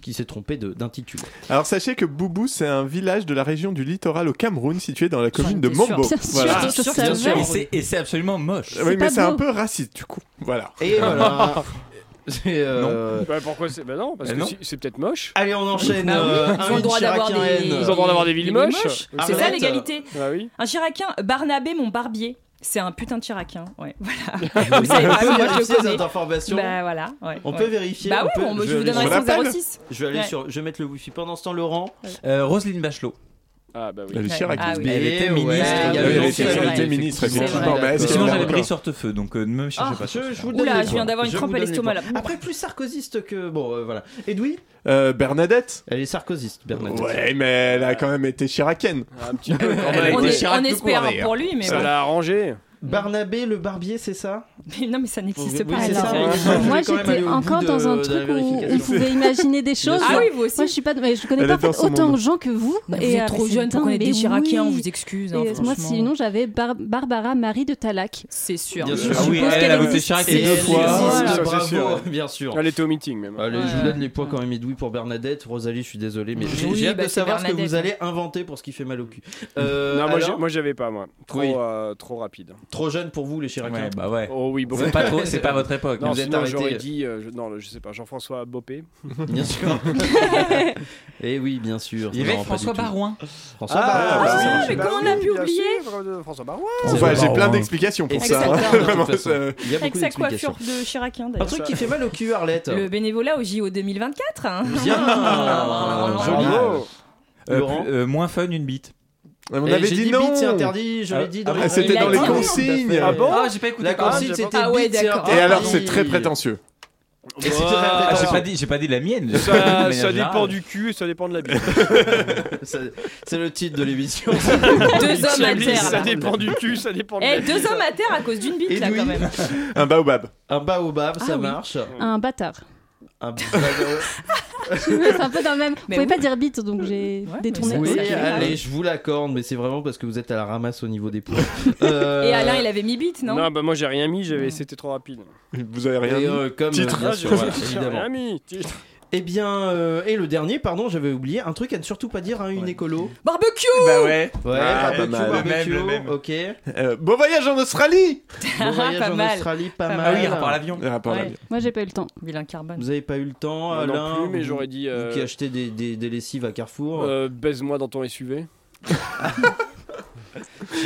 qui s'est trompée de-
[LAUGHS]
d'intitulé.
Alors sachez que Boubou, c'est un village de la région du littoral au Cameroun, situé dans la commune de
t'es sûr.
Mombo.
Bien
Voilà.
sûr, je
Bien
Bien sûr,
savais.
et c'est- et c'est absolument moche.
Oui, mais
pas
c'est un
beau.
peu raciste du coup. Voilà.
Et voilà. C'est, euh,
Bah, pourquoi c'est. Bah non, parce
Bah
que
non.
si- c'est peut-être moche.
Allez, on enchaîne.
Bah oui,
euh,
ils
un
ont le droit
Chirac,
d'avoir
un N.
des...
Ils ont le droit d'avoir des villes moches.
C'est ça
Arlette.
l'égalité.
Bah oui.
Un Chiraquien, Barnabé, mon barbier. C'est un putain de Chiraquien. Ouais,
On
voilà.
peut
Vous savez pas, moi je le
vérifier cette
connais.
information.
Bah voilà. ouais,
on
ouais.
peut vérifier.
Bah
on
oui,
peut-
bon, bah,
je
je vous
vais aller
donnerai
sur-
l'appelle.
son 06.
Je vais aller
Ouais.
sur. Je vais mettre le wifi pendant ce temps, Laurent.
Euh, Roselyne Bachelot.
Ah bah oui.
La Lucière
Ouais.
a
Ah
quitté.
oui. Elle était ministre.
Ah oui,
Elle
elle
était
était- elle était
vrai.
ministre,
C'est vrai.
effectivement. mais
Sinon,
est-ce qu'elle est
j'avais
encore
pris sortefeu, donc euh, ne me cherchez
Ah,
pas. sur
je, je
ça.
vous
Oula,
donne les
je
points.
viens d'avoir une
Je
crampe
vous
à
donne les
l'estomac,
points.
là.
Après, plus sarkozyste que. Bon, euh, voilà. Edoui
Euh, Bernadette
Elle est sarkozyste, Bernadette.
Ouais, mais elle a quand même été chiracienne.
Un petit
peu.
On est- on espère pour lui, mais
Ça
bon.
l'a arrangé.
Barnabé le barbier, c'est ça
[LAUGHS] Mais non, mais ça n'existe
Oui,
pas.
c'est ça.
Moi,
Je vais quand même
j'étais
aller au
encore
bout de-
dans un
de la
truc où on
vérification.
pouvait imaginer des choses.
Ah oui, vous aussi.
Moi, je suis pas, mais je connais
Elle
pas
est dans son
autant de
monde.
gens que vous.
Mais Bah, vous êtes
euh,
trop
c'est
jeune pour
dingue,
connaître
mais
des Chiraciens,
oui.
on vous excuse, hein,
Et, euh,
franchement.
moi, sinon, j'avais Bar- Barbara Marie de Talac.
C'est sûr.
Bien sûr. Ah oui, elle, elle a voté Chirac
Et deux fois.
Voilà. Ah, Ça,
Bravo,
c'est sûr, ouais.
bien sûr.
Elle était au meeting même.
Allez, je vous donne les points quand même, Edoui, pour Bernadette. Rosalie, je suis désolé, mais j'ai
Oui,
j'ai hâte
bah,
de
c'est
savoir ce que
Bernadette.
vous allez
hein.
inventer pour ce qui fait mal au cul. Euh,
non, moi,
alors
j'ai- moi, j'avais pas moi. Trop,
Oui.
euh, trop rapide.
Trop jeune pour vous, les hein. Chiraciens
Ouais, bah ouais.
Oh oui, beaucoup.
C'est
[LAUGHS]
pas trop- c'est pas votre époque.
Non,
Vous êtes
sinon,
arrêté. euh,
J'aurais dit, euh, je, non, je sais pas, Jean-François Bopé.
Bien sûr.
[LAUGHS]
[LAUGHS] Et oui, bien sûr.
Il y avait
Non, pas
François
du tout.
Barouin.
François
Ah,
Barouin.
bah
ça
oui,
marche.
mais
Comment on a pu oublier
François Barouin.
Enfin, j'ai
Barouin.
plein d'explications pour ça.
[LAUGHS]
hein.
Exactement, de toute
Vraiment,
façon.
ça-
Il y a
Avec
beaucoup
sa coiffure
d'explications.
de Chiraquien,
Un
d'ailleurs.
truc qui fait mal au cul, Arlette.
Le bénévolat au JO 2024. hein.
Bien.
[LAUGHS]
Joli.
Bravo.
Euh,
Laurent.
plus- euh, moins fun, une bite.
On
Et
avait
j'ai
dit
dit
non.
bite, c'est interdit, je
Ah,
l'ai dit dans
ah, C'était
Il a
dans les
dit non.
consignes.
Ah bon
Ah, j'ai pas écouté.
La
pardon.
consigne, c'était
Ah ouais,
bite, c'est
d'accord.
interdit.
Et alors, c'est très prétentieux.
Et c'est très
Ah, j'ai
prétentieux.
pas dit, j'ai pas dit la mienne.
Ça,
De
ça
manière
dépend
générale.
du cul et ça dépend de la bite.
Ça- C'est le titre de l'émission.
Deux hommes à
Chablis,
terre.
ça
là.
dépend du cul, ça dépend de la
Eh,
bite.
deux hommes à terre à cause d'une bite, là,
Edoui.
quand même.
Un baobab.
Un baobab, ça
Ah oui.
marche.
Un bâtard.
Un
[LAUGHS] c'est un peu dans le même. Vous
Mais
pouvez
oui.
pas dire bite, donc j'ai
Ouais,
détourné.
Oui,
Ça fait mal.
allez, je vous l'accorde, mais c'est vraiment parce que vous êtes à la ramasse au niveau des points. Euh,
Et Alain, il avait mis bite, non
Non, bah moi j'ai rien mis, j'avais- c'était trop rapide.
Vous avez
et,
rien dit
euh, comme
Titre.
bien
Ah,
sûr,
j'ai- [LAUGHS]
voilà,
j'ai
évidemment.
rien mis. Titre.
Eh bien, euh, et le dernier, pardon, j'avais oublié un truc à ne surtout pas dire à une écolo.
Barbecue
Bah ouais.
Ouais,
Ah,
barbecue,
pas mal.
Le même,
barbecue,
le même.
ok.
[LAUGHS] Euh, Bon voyage en Australie
Bon voyage
Ah, Pas
en
mal.
Australie, pas,
Pas
mal.
Ah oui, par l'avion.
Ah, par là.
Ouais.
Moi, j'ai pas eu le temps.
Vilain carbone.
Vous avez pas eu le temps,
Moi
Oh, Alain
non plus, mais
vous-
j'aurais dit.
vous
euh,
qui achetez des, des, des lessives à Carrefour.
euh, Baise-moi dans ton SUV.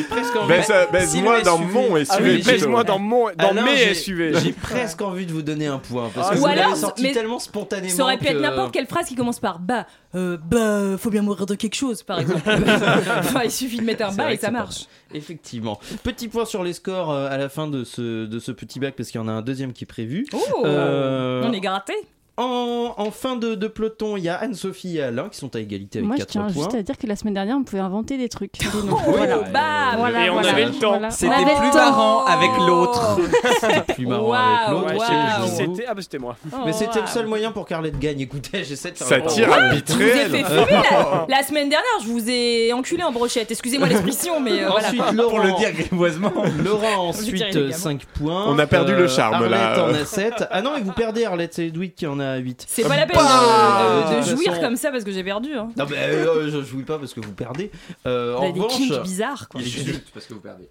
presque envie-
Baise- euh, Baise-moi
le
dans
SUV.
mon
Bah, Ah
SUV
oui,
plutôt.
baise-moi dans, mon, dans
Alain,
mes
j'ai-
SUV.
J'ai presque envie de vous donner un point parce
Ah,
que
ou
vous l'avez
alors,
sorti
mais-
tellement spontanément.
Ça aurait pu être
que-
n'importe quelle phrase qui commence par bah, euh, bah, faut bien mourir de quelque chose, par exemple.
[LAUGHS]
Enfin, il suffit de mettre un
C'est
bah
vrai
et
que
ça
c'est pas
marche.
Effectivement. Petit point sur les scores euh, à la fin de ce, de ce petit bac parce qu'il y en a un deuxième qui est prévu.
Oh
Euh,
On est gratté.
en, en fin de, de peloton, il y a Anne-Sophie et Alain qui sont à égalité avec
Moi, je
4
tiens
points.
juste à dire que la semaine dernière, on pouvait inventer des trucs. Des noms.
Oh,
voilà.
bah,
Voilà,
Et on
voilà,
avait le temps.
voilà.
C'était
On avait le
plus
temps.
marrant avec
Oh.
l'autre.
C'était plus marrant avec
Ah, Waouh,
l'autre. je
Ouais, je sais
sais plus
plus qui
waouh.
qui vous-
c'était. Ah, bah c'était moi.
Mais c'était le seul
Oh,
moyen pour qu'Arlette gagne. Écoutez, j'essaie de faire
Ça
le-
tire à bite
Je vous ai fait
réelle.
fumer la, la semaine dernière, je vous ai enculé en brochette. Excusez-moi l'expression, mais euh, voilà.
Ensuite,
Pour le
Laurent,
dire grivoisement.
[LAUGHS]
Laurent
Je dirais
ensuite
les gamins.
5 points. Euh,
On a perdu le charme,
Arlette
là.
en a 7. Ah non, et vous perdez Arlette, c'est Edwig qui en a 8.
C'est pas la peine
Bah,
de, de
de toute
jouir
façon-
comme ça parce que j'ai perdu. Hein.
Non mais euh, je jouis pas parce que vous perdez. Euh,
Vous
en
avez Bah, des
revanche,
kinks bizarres quoi.
Il exulte parce que vous
[LAUGHS]
perdez.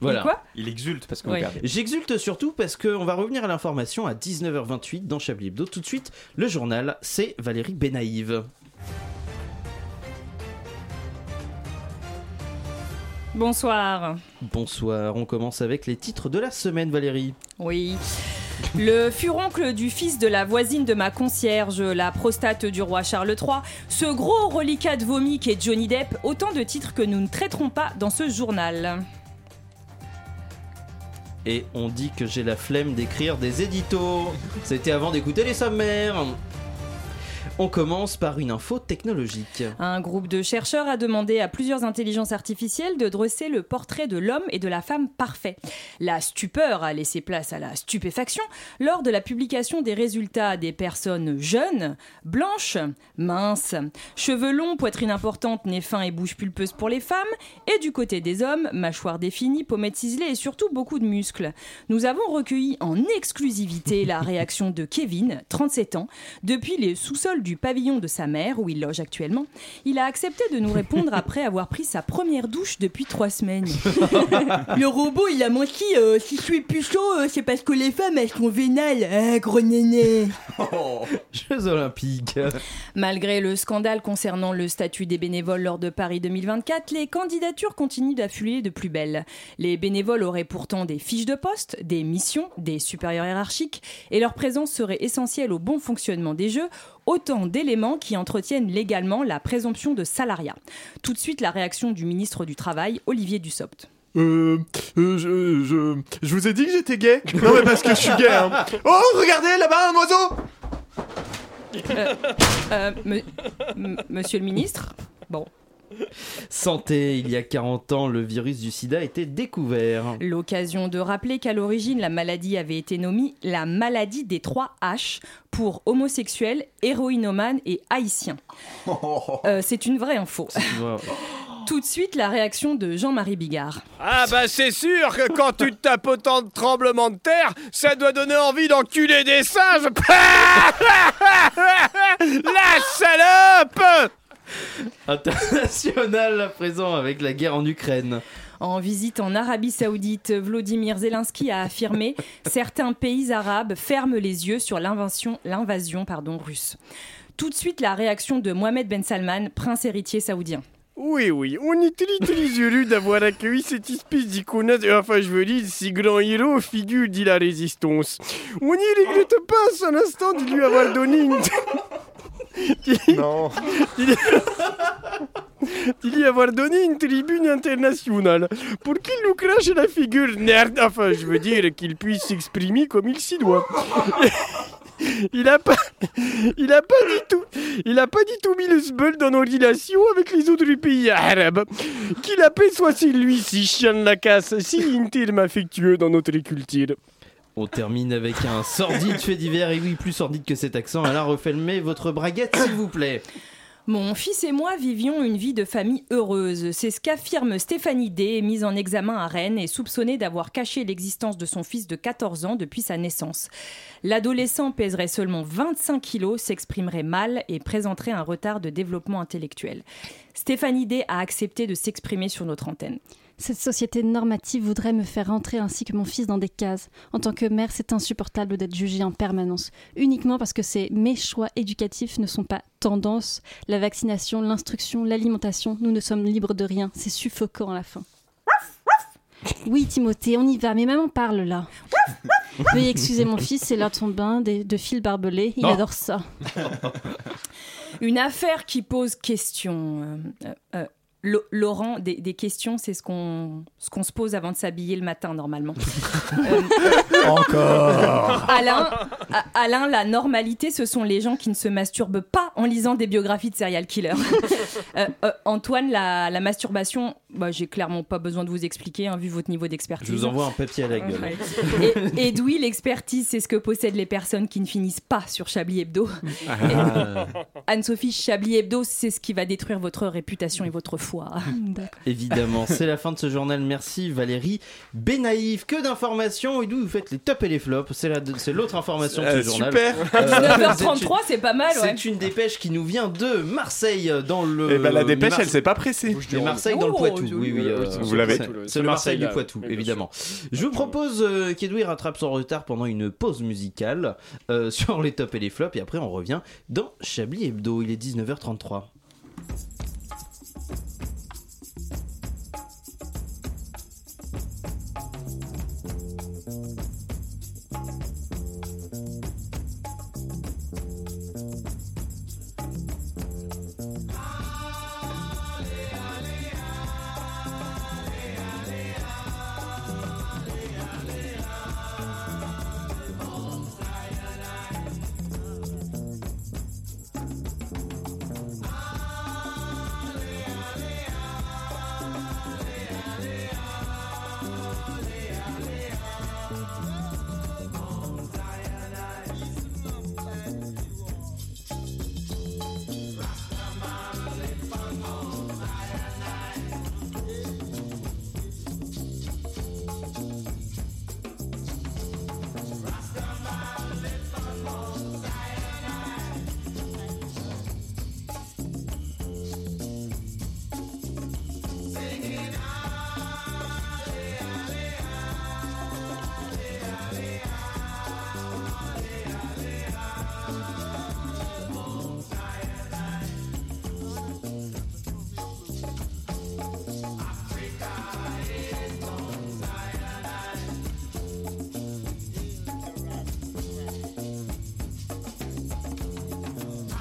voilà.
Quoi
Il exulte parce que vous
Ouais.
perdez.
J'exulte surtout parce qu'on va revenir à l'information à 19h28 dans Chablis Hebdo. Tout de suite, le journal, c'est Valérie Benaïve.
Bonsoir.
Bonsoir, on commence avec les titres de la semaine, Valérie.
Oui. Le furoncle du fils de la voisine de ma concierge, la prostate du roi Charles III, ce gros reliquat de vomi qu'est Johnny Depp, autant de titres que nous ne traiterons pas dans ce journal.
Et on dit que j'ai la flemme d'écrire des éditos. C'était avant d'écouter les sommaires. On commence par une info technologique.
Un groupe de chercheurs a demandé à plusieurs intelligences artificielles de dresser le portrait de l'homme et de la femme parfait. La stupeur a laissé place à la stupéfaction lors de la publication des résultats des personnes jeunes, blanches, minces, cheveux longs, poitrine importante, nez fin et bouche pulpeuse pour les femmes, et du côté des hommes, mâchoire définie, pommettes ciselées et surtout beaucoup de muscles. Nous avons recueilli en exclusivité la réaction de Kevin, 37 ans, depuis les sous-sols du pavillon de sa mère où il loge actuellement. Il a accepté de nous répondre après avoir pris sa première douche depuis trois semaines. Le robot, il a menti. euh, si je suis plus chaud, euh, c'est parce que les femmes, elles sont vénales. Ah, gros néné.
Jeux olympiques.
Malgré le scandale concernant le statut des bénévoles lors de Paris 2024, les candidatures continuent d'affluer de plus belle. Les bénévoles auraient pourtant des fiches de poste, des missions, des supérieurs hiérarchiques, et leur présence serait essentielle au bon fonctionnement des Jeux, autant d'éléments qui entretiennent légalement la présomption de salariat. Tout de suite, la réaction du ministre du Travail, Olivier Dussopt.
Euh, euh, je, je, je vous ai dit que j'étais [LAUGHS] gay Non mais parce que je suis gay hein. Oh regardez là-bas un [LAUGHS] oiseau
Euh, euh, me- m- monsieur le ministre Bon.
Santé, il y a 40 ans, le virus du sida était découvert.
L'occasion de rappeler qu'à l'origine, la maladie avait été nommée la maladie des 3 H pour homosexuels, héroïnomanes et haïtiens. Euh, c'est une vraie info. Tout de suite, la réaction de Jean-Marie Bigard.
Ah bah c'est sûr que quand tu te tapes autant de tremblements de terre, ça doit donner envie d'enculer des singes [LAUGHS] La salope
International à présent avec la guerre en Ukraine.
En visite en Arabie Saoudite, Vladimir Zelensky a affirmé certains pays arabes ferment les yeux sur l'invention- l'invasion pardon, russe. Tout de suite, la réaction de Mohamed Ben Salman, prince héritier saoudien.
Oui, oui, on est très très heureux d'avoir accueilli cette espèce d'icône, euh, enfin je veux dire, si grand héros, figure de la résistance. On n'y regrette pas son instant de lui avoir donné une... non. de lui avoir donné une tribune internationale pour qu'il nous crache la figure nerd, enfin je veux dire qu'il puisse s'exprimer comme il s'y doit. [LAUGHS] Il a pas, il a pas du tout, il a pas du tout mis le sbeul dans nos relations avec les autres pays arabes. Qu'il appelle soit c'est lui si chien de la casse, si intime affectueux dans notre culture.
On termine avec un sordide fait divers, et oui, plus sordide que cet accent. Alors refermez votre braguette, s'il vous plaît.
Mon fils et moi vivions une vie de famille heureuse. C'est ce qu'affirme Stéphanie D, mise en examen à Rennes et soupçonnée d'avoir caché l'existence de son fils de 14 ans depuis sa naissance. L'adolescent pèserait seulement 25 kilos, s'exprimerait mal et présenterait un retard de développement intellectuel. Stéphanie D a accepté de s'exprimer sur notre antenne.
Cette société normative voudrait me faire rentrer ainsi que mon fils dans des cases. En tant que mère, c'est insupportable d'être jugée en permanence, uniquement parce que c'est mes choix éducatifs ne sont pas tendance. La vaccination, l'instruction, l'alimentation, nous ne sommes libres de rien. C'est suffocant à la fin. Oui, Timothée, on y va, mais maman parle là. Veuillez excuser mon fils, c'est l'heure de son bain des- de fil barbelé, il
Non.
adore ça.
Une affaire qui pose question. Euh, euh, euh, Lo- Laurent, des, des questions, c'est ce qu'on ce qu'on se pose avant de s'habiller le matin normalement.
[LAUGHS]
Encore
Alain, A- Alain, la normalité, ce sont les gens qui ne se masturbent pas en lisant des biographies de serial killers. [LAUGHS] Euh, euh, Antoine, la, la masturbation, bah, j'ai clairement pas besoin de vous expliquer, hein, vu votre niveau d'expertise.
Je vous envoie un papier à la gueule.
Et, et oui, l'expertise, c'est ce que possèdent les personnes qui ne finissent pas sur Chablis Hebdo.
Ah.
Et- Anne-Sophie, Chablis Hebdo, c'est ce qui va détruire votre réputation et votre foi.
Évidemment, c'est la fin de ce journal. Merci Valérie Benaïf. Que d'informations et d'où vous faites les tops et les flops. C'est la- c'est l'autre information de
Euh,
ce journal.
super.
Euh,
19h33, c'est pas mal, ouais.
C'est une dépêche qui nous vient de Marseille dans le.
Eh ben, la
les
dépêche,
Marse-
elle s'est pas pressée.
Les Marseille dans le
Oh,
Poitou.
joli.
Oui, oui.
Oui,
euh,
oui, vous l'avez.
c'est-
Tout le-
C'est
le
le Marseille
Marseille,
du
là,
Poitou,
oui, bien
évidemment. Je vous propose euh, qu'Edoui rattrape son retard pendant une pause musicale euh, [LAUGHS] sur les tops et les flops. Et après, on revient dans Chablis Hebdo. Il est 19h33.
Africa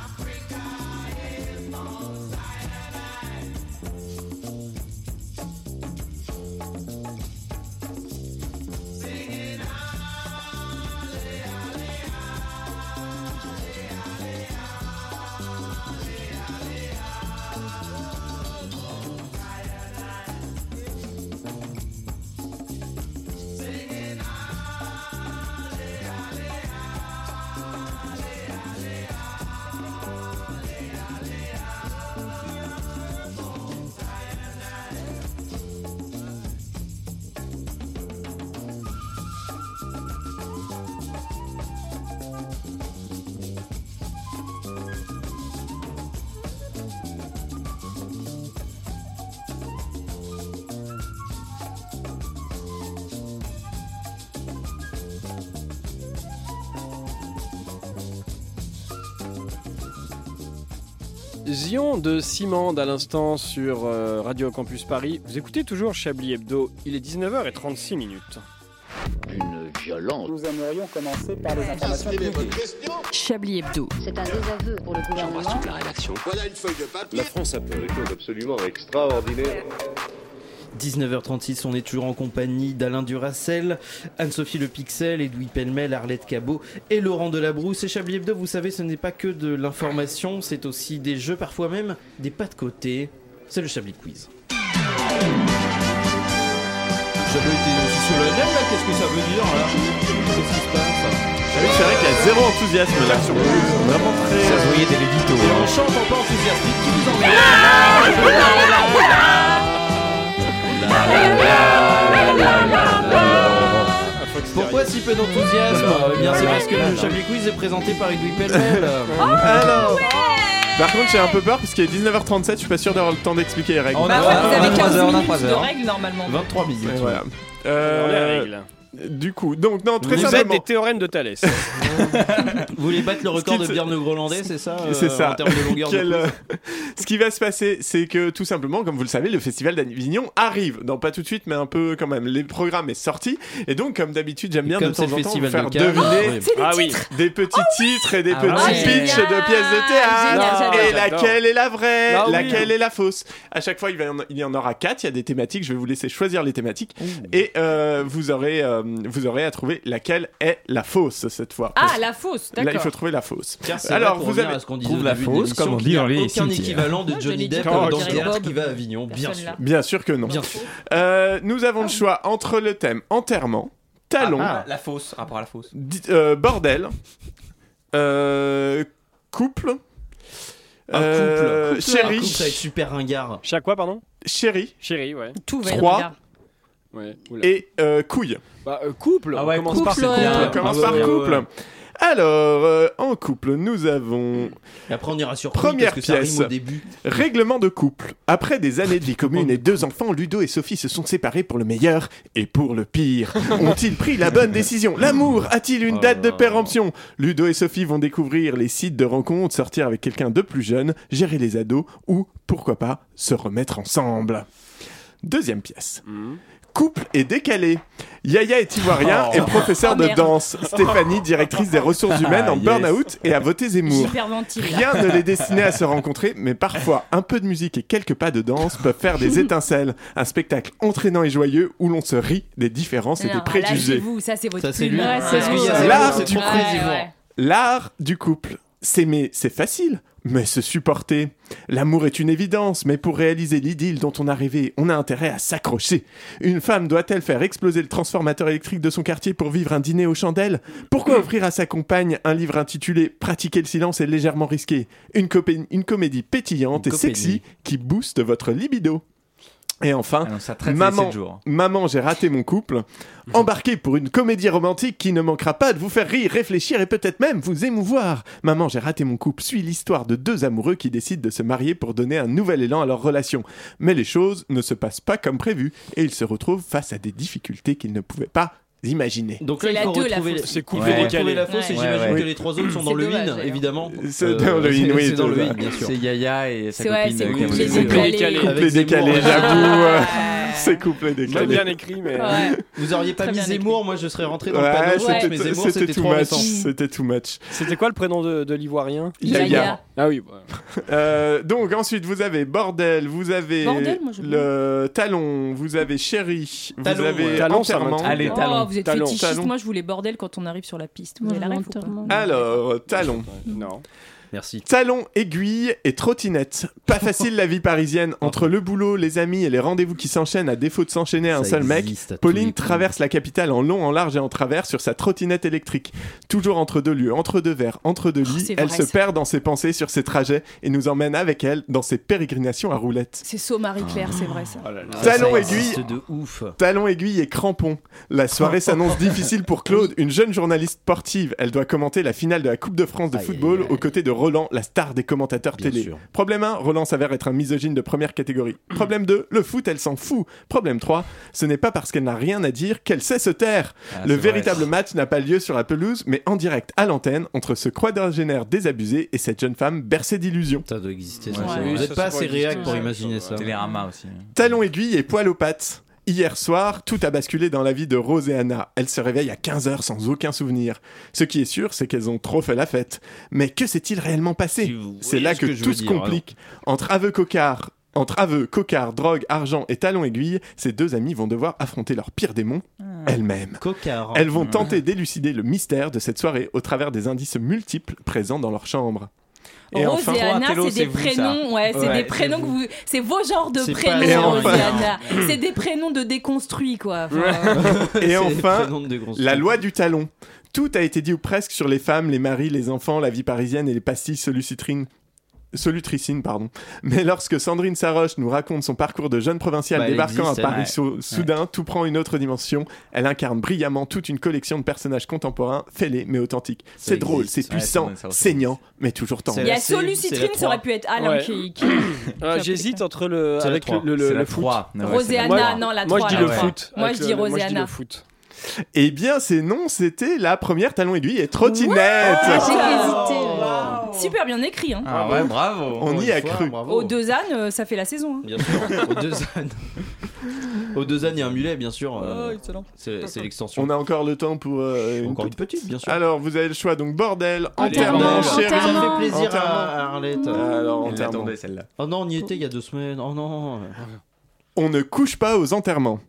Zion de Simande à l'instant sur euh, Radio Campus Paris. Vous écoutez toujours Chablis Hebdo, il est 19h36 minutes.
Une violence.
Nous aimerions commencer par les informations publiques.
Chablis Hebdo.
C'est un désaveu pour le gouvernement.
la rédaction.
Voilà une feuille de papier.
La France
Euh,
a peur.
chose absolument extraordinaire.
19h36, on est toujours en compagnie d'Alain Duracel, Anne-Sophie Le Pixel, Edoui Pellemel, Arlette Cabot et Laurent Delabrousse. Et Chablis Hebdo, vous savez, ce n'est pas que de l'information, c'est aussi des jeux, parfois même des pas de côté. C'est le Chablis Quiz.
J'avais été solennel là, qu'est-ce que ça veut dire là Qu'est-ce qui se passe
Ah oui, c'est vrai qu'il y a zéro enthousiasme là sur le coup. Vraiment très.
Ça se voyait dès hein. l'édito.
Et on chante en pas enthousiastique qui vous emmerde. Pourquoi si peu d'enthousiasme Eh bien, c'est parce que le Chablis Quiz est présenté par Edoui Pellemel.
Alors. Par contre, j'ai un peu peur parce qu'il est 19h37, je suis pas sûr d'avoir le temps d'expliquer les règles.
On
Bah ouais, vous avez 15
heures, on a
minutes
trois
de
heures.
règles normalement.
23 minutes.
Et voilà.
les
Euh,
règles.
Du coup, donc non, très
Vous êtes
simplement.
des théorèmes de
[LAUGHS]
Thalès.
Vous voulez battre le record
qui
de
te-
Björn Groenlandais, c'est ça euh,
C'est ça.
En termes de longueur de
Quel,
quiz
euh, [LAUGHS] Ce qui va se passer, c'est que tout simplement, comme vous le savez, le festival d'Avignon arrive. Non, pas tout de suite, mais un peu quand même. Le programme est sorti. Et donc, comme d'habitude, j'aime bien
Comme
de
c'est
temps
le
en temps vous
festival euh,
faire
de Cannes.
deviner
oui.
Ah oui.
des petits titres et des
Ah
petits
ouais.
pitchs de pièces de
Génial,
théâtre.
j'adore,
et laquelle
j'adore.
est la vraie
Bah
Ah oui.
Laquelle est la fausse À chaque fois, il, va y en- il y en aura quatre. Il y a des thématiques. Je vais vous laisser choisir les thématiques. Et euh, vous, aurez, euh, vous aurez à trouver laquelle est la fausse cette fois.
Ah, la fausse,
Là, il
d'accord.
faut trouver la fausse.
Car c'est
Alors,
vrai, pour
vous
revenir
avez
à ce qu'on disait
Trouve
au
la
début de
fausse,
l'émission,
comme on dit
qu'il n'y a
dans les
aucun
cimetières.
équivalent de
Ah, je
Johnny
l'ai dit,
Depp
Carole
dans
Carole
Théâtre
Bob.
qui va à Avignon, bien
Personne
sûr.
là.
Bien sûr que non.
Bien Ah. sûr.
Euh, nous avons le choix entre le thème enterrement, talon,
Ah, La fausse, rapport à la fausse.
di- euh, bordel, euh, couple,
Un
euh,
couple,
chéri,
un couple, ça va être super ringard.
Chaque quoi, pardon
chéri
Chérie, ouais.
Tout va être
Trois.
bien.
ouais. oula.
et euh, couille.
Bah, euh, couple,
Ah ouais,
on commence
couple,
par ces
ouais.
couple.
On commence
ouais, Ah,
par
ouais,
couple.
ouais.
Alors, euh, en couple, nous avons
Et après, on ira sur
Première
parce que ça rime
pièce.
au début.
règlement de couple. Après des années de vie commune et deux enfants, Ludo et Sophie se sont séparés pour le meilleur et pour le pire. Ont-ils pris la bonne décision L'amour a-t-il une date
Oh
de péremption Ludo et Sophie vont découvrir les sites de rencontres, sortir avec quelqu'un de plus jeune, gérer les ados ou, pourquoi pas, se remettre ensemble. Deuxième pièce.
Mhm.
Couple et décalé. Yaya est ivoirien
Oh.
et professeur
Oh,
de
merde.
danse. Stéphanie, directrice des ressources humaines
Ah,
en
yes.
burn-out et a voté Zemmour.
J'hyperventile. là.
Rien ne les destinait à se rencontrer, mais parfois un peu de musique et quelques pas de danse peuvent
[LAUGHS]
faire des étincelles. Un spectacle entraînant et joyeux où l'on se rit des différences et des
Alors,
préjugés.
lâchez-vous, ça c'est votre
Ça, c'est
plume.
lui.
Ouais,
Parce
c'est
qu'il y
lui.
a
Là,
c'est
tu
trop
Ouais,
ivoire.
ouais.
L'art du couple. S'aimer, c'est facile, mais se supporter. L'amour est une évidence, mais pour réaliser l'idylle dont on a rêvé, on a intérêt à s'accrocher. Une femme doit-elle faire exploser le transformateur électrique de son quartier pour vivre un dîner aux chandelles Pourquoi offrir à sa compagne un livre intitulé Pratiquer le silence est légèrement risqué Une, copé- une comédie pétillante
Une
et
copédie.
sexy qui booste votre libido. Et enfin,
Ah non, ça traite les
Maman.
7 jours.
Maman, j'ai raté mon couple. Embarquez pour une comédie romantique qui ne manquera pas de vous faire rire, réfléchir et peut-être même vous émouvoir. Maman, j'ai raté mon couple suit l'histoire de deux amoureux qui décident de se marier pour donner un nouvel élan à leur relation. Mais les choses ne se passent pas comme prévu et ils se retrouvent face à des difficultés qu'ils ne pouvaient pas imaginer.
Donc là,
C'est
il
la
faut
deux, la
retrouver,
fausse.
C'est
il
couple
faut
et
retrouver
décalé.
la fausse et
Ouais.
j'imagine
Ouais, ouais.
que les trois autres sont dans
C'est
le
dommage,
win,
d'ailleurs.
évidemment.
C'est dans le win, oui,
C'est dans le
c'est
win,
ça.
bien sûr.
Euh, C'est Yaya et sa
C'est ouais,
copine.
c'est
euh,
couple
qui a
et
voté
décalé.
décalé.
Couple et
Avec Zemmour.
décalé, j'avoue. euh, [LAUGHS] C'est couple et
Pas
décalé.
bien écrit, mais.
Ouais.
Vous auriez pas
Très
mis
bien écrit.
Zemmour, moi je serais rentré dans le
Ouais,
panneau.
c'était-
mais Zemmour,
c'était too
trop
much.
récent.
C'était too much.
C'était quoi le prénom de, de l'ivoirien
Yaya.
Yaya.
Ah oui, bah,
Euh, donc ensuite vous avez bordel, vous avez
Bordel, moi, je
le talon, vous avez chéri,
Talon,
vous avez
ouais.
Talon, ça
enterrement.
m'intéresse.
Allez,
Oh,
talons.
vous êtes
Talons.
fétichiste.
Talons.
Moi, je voulais bordel quand on arrive sur la piste. Vous
Moi,
avez la
je
rêve ou pas
m'enterre, moi.
Alors talon,
non.
Merci.
talon, aiguille et trottinette. Pas facile la vie parisienne entre le boulot, les amis et les rendez-vous qui s'enchaînent à défaut de s'enchaîner à un
Ça
seul mec.
existe à tous les
Pauline
coups.
traverse la capitale en long, en large et en travers sur sa trottinette électrique. Toujours entre deux lieux, entre deux verres, entre deux
Oh,
lits,
c'est
elle
vrai,
se
ça.
perd dans ses pensées sur ses trajets et nous emmène avec elle dans ses pérégrinations à roulettes.
C'est saut Marie-Claire, c'est vrai ça.
Oh là là.
Ah, Ça,
Talon
ça
aiguille.
existe de ouf.
Talons aiguilles et crampons.
[LAUGHS]
La soirée s'annonce difficile pour Claude, une jeune journaliste sportive. Elle doit commenter la finale de la Coupe de France de
Aïe,
football
aïe, aïe.
aux côtés de Roland, la star des commentateurs
Bien
télé.
sûr.
Problème 1, Roland s'avère être un misogyne de
[CLEARS THROAT]
première catégorie. Problème 2, le foot, elle s'en fout. Problème 3, ce n'est pas parce qu'elle n'a rien à dire qu'elle sait se taire.
Ah,
le
c'est vrai.
véritable match n'a pas lieu sur la pelouse, mais en direct à l'antenne entre ce quadragénaire désabusé et cette jeune femme bercée d'illusions.
Ça doit exister.
ça.
Ouais, Vous ça, êtes ça pas doit assez exister, réac pour ouais. imaginer ça.
Télérama aussi. hein.
Talons aiguilles et poils aux pattes. Hier soir, tout a basculé dans la vie de Rose et Anna. Elles se réveillent à 15h sans aucun souvenir. Ce qui est sûr, c'est qu'elles ont trop fait la fête. Mais que s'est-il réellement passé C'est
voyez
là
ce
que,
que je
tout
veux
se
dire,
complique. Entre aveux cocards, entre aveux, cocards, drogue, argent et talons aiguilles, ces deux amies vont devoir affronter leur pire démon, elles-mêmes.
Cocard.
Elles
Hmm.
vont tenter d'élucider le mystère de cette soirée au travers des indices multiples présents dans leur chambre.
Rose et Anna,
Tello,
c'est des
vous,
prénoms,
ça.
ouais, c'est
Ouais,
des prénoms que vous, c'est vos genres de
C'est pas
prénoms,
les
Rose
enfants.
et Anna. C'est des prénoms de déconstruits, quoi. Enfin,
Et
C'est le
enfin,
prénom de Grosse
la loi du talon. Tout a été dit ou presque sur les femmes, les maris, les enfants, la vie parisienne et les pastilles solucitrines. Solutricine, pardon. Mais lorsque Sandrine Saroche nous raconte son parcours de jeune provinciale
Bah, elle
débarquant
existe,
à
elle.
Paris
Ouais.
sou- soudain, tout prend une autre dimension. Elle incarne brillamment toute une collection de personnages contemporains, fêlés mais authentiques. C'est drôle, c'est
Ouais,
puissant,
Sandrine Saroche, ça
saignant, mais toujours tendre.
Il y a Solucitrine, ça aurait pu être Alain
Ouais.
qui. qui-
Ah, J'hésite entre le,
C'est la
avec le,
trois.
le,
C'est
le,
la
le foot.
trois. Ouais,
Rose et c'est la Anna, trois. non, la
Moi
trois,
je dis
la
le
trois.
foot.
Moi,
avec
je dis
le-
Rose et
Moi je dis
Anna.
le foot.
Eh bien, c'est non, c'était la première talon aiguille et trottinette.
Super bien écrit, hein.
Ah ouais, bravo. On y a cru.
Aux deux ânes, euh, ça fait la saison. hein.
Bien sûr, aux deux ânes. Aux deux ânes, il y a un mulet, bien sûr. euh, C'est c'est l'extension.
On a encore le temps pour euh,
Encore une petite, bien sûr.
Alors, vous avez le choix donc bordel,
Allez,
enterrement,
bordel.
chérie.
Ça fait plaisir à-
Enterrement. Ah,
à Arlette.
Euh, Alors,
Ah, Elle
enterrement.
l'attendait, celle-là. Oh non, on y était il y a deux semaines. Oh non.
On ne couche pas aux enterrements.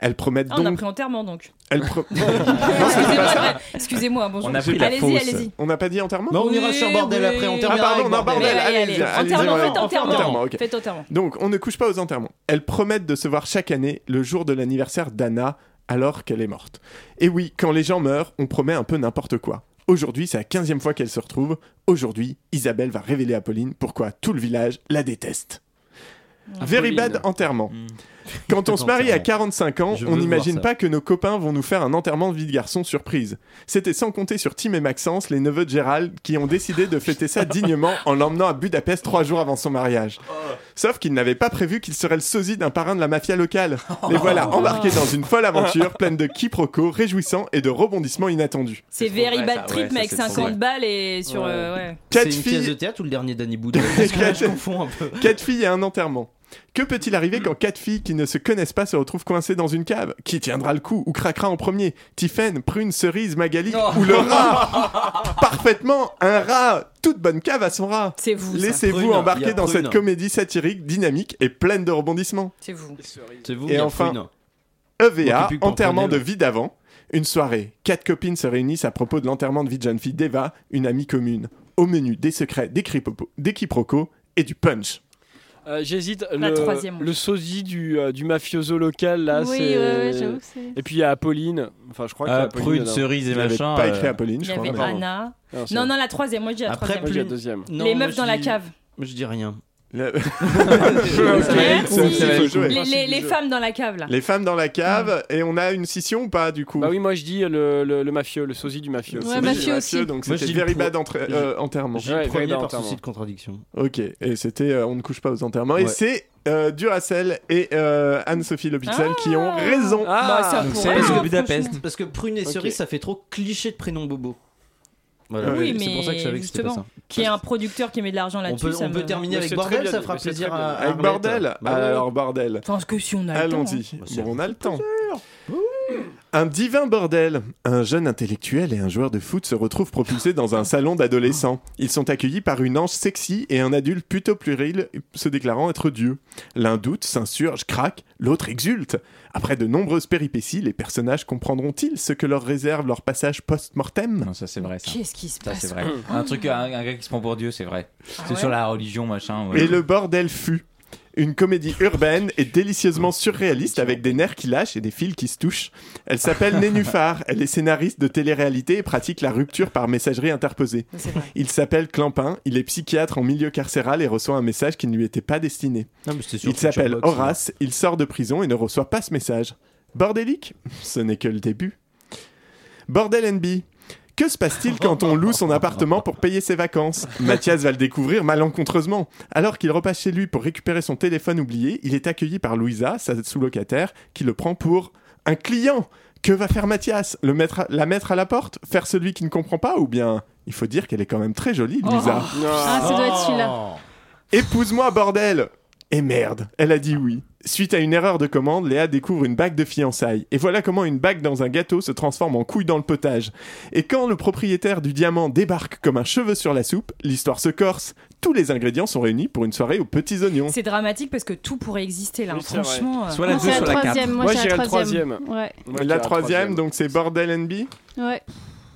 Elles promettent
Ah, on a
donc.
pris enterrement donc.
Elles
[LAUGHS]
pro-
Excusez-moi, excusez-moi, bonjour. allez-y, allez-y.
On n'a pas dit enterrement
Non, on ira sur bordel après, enterrement
Ah, pardon,
avec
non,
bordel.
bordel.
Ouais, allez,
allez-y, allez-y,
enterrement,
ouais,
faites
ouais.
enterrement.
ok.
Faites enterrement.
Donc, on ne couche pas aux enterrements. Elles promettent de se voir chaque année le jour de l'anniversaire d'Anna, alors qu'elle est morte. Et oui, quand les gens meurent, on promet un peu n'importe quoi. Aujourd'hui, c'est la quinzième fois qu'elle se retrouve. Aujourd'hui, Isabelle va révéler à Pauline pourquoi tout le village la déteste.
Ah,
Very
Pauline.
bad enterrement. Quand on se marie à 45 ans,
Je veux
on
voir
n'imagine
ça.
pas que nos copains vont nous faire un enterrement de vie de garçon surprise. C'était sans compter sur Tim et Maxence, les neveux de Gérald, qui ont décidé de fêter
[LAUGHS]
ça dignement en l'emmenant à Budapest trois jours avant son mariage.
Oh.
Sauf qu'ils n'avaient pas prévu qu'il serait le sosie d'un parrain de la mafia locale.
[LAUGHS]
Les
Oh.
voilà embarqués dans une folle aventure pleine de quiproquos réjouissants et de rebondissements inattendus.
C'est very bad trip, mais avec 50 balles et sur.
Ouais.
euh, ouais.
C'est une
Quatre
pièce
filles-
de théâtre ou le dernier Danny
[LAUGHS]
Boudin Parce que là, je confonds un peu.
Quatre filles et un enterrement. Que peut-il arriver quand quatre filles qui ne se connaissent pas se retrouvent coincées dans une cave Qui tiendra le coup ou craquera en premier Tiffaine, Prune, Cerise, Magali
Oh.
ou le rat Parfaitement, un rat Toute bonne cave à son rat
C'est vous.
ça.
Laissez-vous
Prune, hein. il y
embarquer
a
dans
Prune.
cette comédie satirique, dynamique et pleine de rebondissements.
C'est vous.
C'est vous, il y
Et
a
enfin,
Prune.
EVA,
M'occupe pour
enterrement de
Prunelle.
vie d'avant. Une soirée, quatre copines se réunissent à propos de l'enterrement de vie de jeune fille d'Eva, une amie commune. Au menu, des secrets, des, cripopo- des quiproquos et du punch.
Euh, J'hésite.
La
le,
troisième.
Le sosie du, euh, du mafioso local, là.
Oui,
c'est-
ouais, ouais, j'avoue que c'est-
Et puis il y a Apolline. Enfin, je crois qu'il y a
Ah,
Apolline
prune,
dedans.
cerise et
Il y avait
machin,
Pas
euh,
écrit Apolline,
Il
je
y
crois.
avait
Pardon.
Anna.
Non, c'est
Non,
vrai.
non, la troisième. Moi, je dis la
Après,
troisième.
Moi, je dis la Prune.
[LAUGHS]
deuxième.
Non,
les
moi,
meufs
je
dans la
dis-
cave.
Moi, je dis rien.
Les, les- les femmes dans la cave, là.
Les femmes dans la cave, et on a une scission ou pas du coup
Bah oui, moi je dis le, le, le mafieux, le sosie du mafieux.
Le sosie mafieux du mafieux, aussi. donc
Moi,
c'était
je dis le
very
pro-
bad entra-
je-
euh, enterrement.
je dis le
Ouais,
premier
very bad
par
enterrement.
souci de con-
Contradiction.
Ok, et c'était euh, On ne couche pas aux enterrements. Et
Ouais.
c'est euh, Duracell et euh, Anne-Sophie Lopixel qui ont raison.
Ah,
bah,
Donc
donc
c'est-
parce que Budapest. Parce que prune et
Ok.
cerise, ça fait trop cliché de prénom bobo. Voilà,
oui,
c'est
mais
pour ça que je savais que c'était pas
justement,
ça.
qui est un producteur qui met de l'argent
On
là-dessus.
peut,
ça
on
me-
peut terminer
Mais
avec
c'est très
bordel,
bien,
ça
mais
fera
c'est
plaisir
très
à.
bien.
à
Avec
Arlette.
bordel. Ah
Bah oui.
Alors bordel.
Parce que si on a le temps.
Allons-y. Bon, on a le temps. Un divin bordel. Un jeune intellectuel et un joueur de foot se retrouvent propulsés dans un salon d'adolescents. Ils sont accueillis par une ange sexy et un adulte plutôt puéril se déclarant être Dieu. L'un doute, s'insurge, craque, l'autre exulte. Après de nombreuses péripéties, les personnages comprendront-ils ce que leur réserve leur passage post-mortem
Ça c'est vrai. Ça.
Qu'est-ce qui se
Ça,
passe Ah
c'est vrai. Un truc, un, un gars qui se prend pour Dieu, c'est vrai. C'est sur la religion, machin. ouais.
Et le bordel fut. Une comédie urbaine et délicieusement surréaliste avec des nerfs qui lâchent et des fils qui se touchent. Elle s'appelle Nénuphar. Elle est scénariste de télé-réalité et pratique la rupture par messagerie interposée. Il s'appelle Clampin. Il est psychiatre en milieu carcéral et reçoit un message qui ne lui était pas destiné.
Non, mais c'était sur
Il s'appelle
Futurebox,
Horace. Il sort de prison et ne reçoit pas ce message. Bordélique Ce n'est que le début. Bordel NB. Que se passe-t-il quand on loue son appartement pour payer ses vacances Mathias va le découvrir malencontreusement. Alors qu'il repasse chez lui pour récupérer son téléphone oublié, il est accueilli par Louisa, sa sous-locataire, qui le prend pour un client. Que va faire Mathias le mettre à- La mettre à la porte Faire celui qui ne comprend pas Ou bien, il faut dire qu'elle est quand même très jolie, Louisa.
Ah, ça doit être celui-là.
Épouse-moi, bordel Et merde, elle a dit oui. Suite à une erreur de commande, Léa découvre une bague de fiançailles. Et voilà comment une bague dans un gâteau se transforme en couille dans le potage. Et quand le propriétaire du diamant débarque comme un cheveu sur la soupe, l'histoire se corse. Tous les ingrédients sont réunis pour une soirée aux petits oignons.
C'est dramatique parce que tout pourrait exister là,
c'est vrai.
franchement. euh.
Soit la Moi, deux, c'est la soit la troisième, quatre. moi,
Moi,
c'est la
j'irais
troisième.
Ouais.
Moi,
la
la
troisième,
troisième.
donc c'est Bordel NB
Ouais.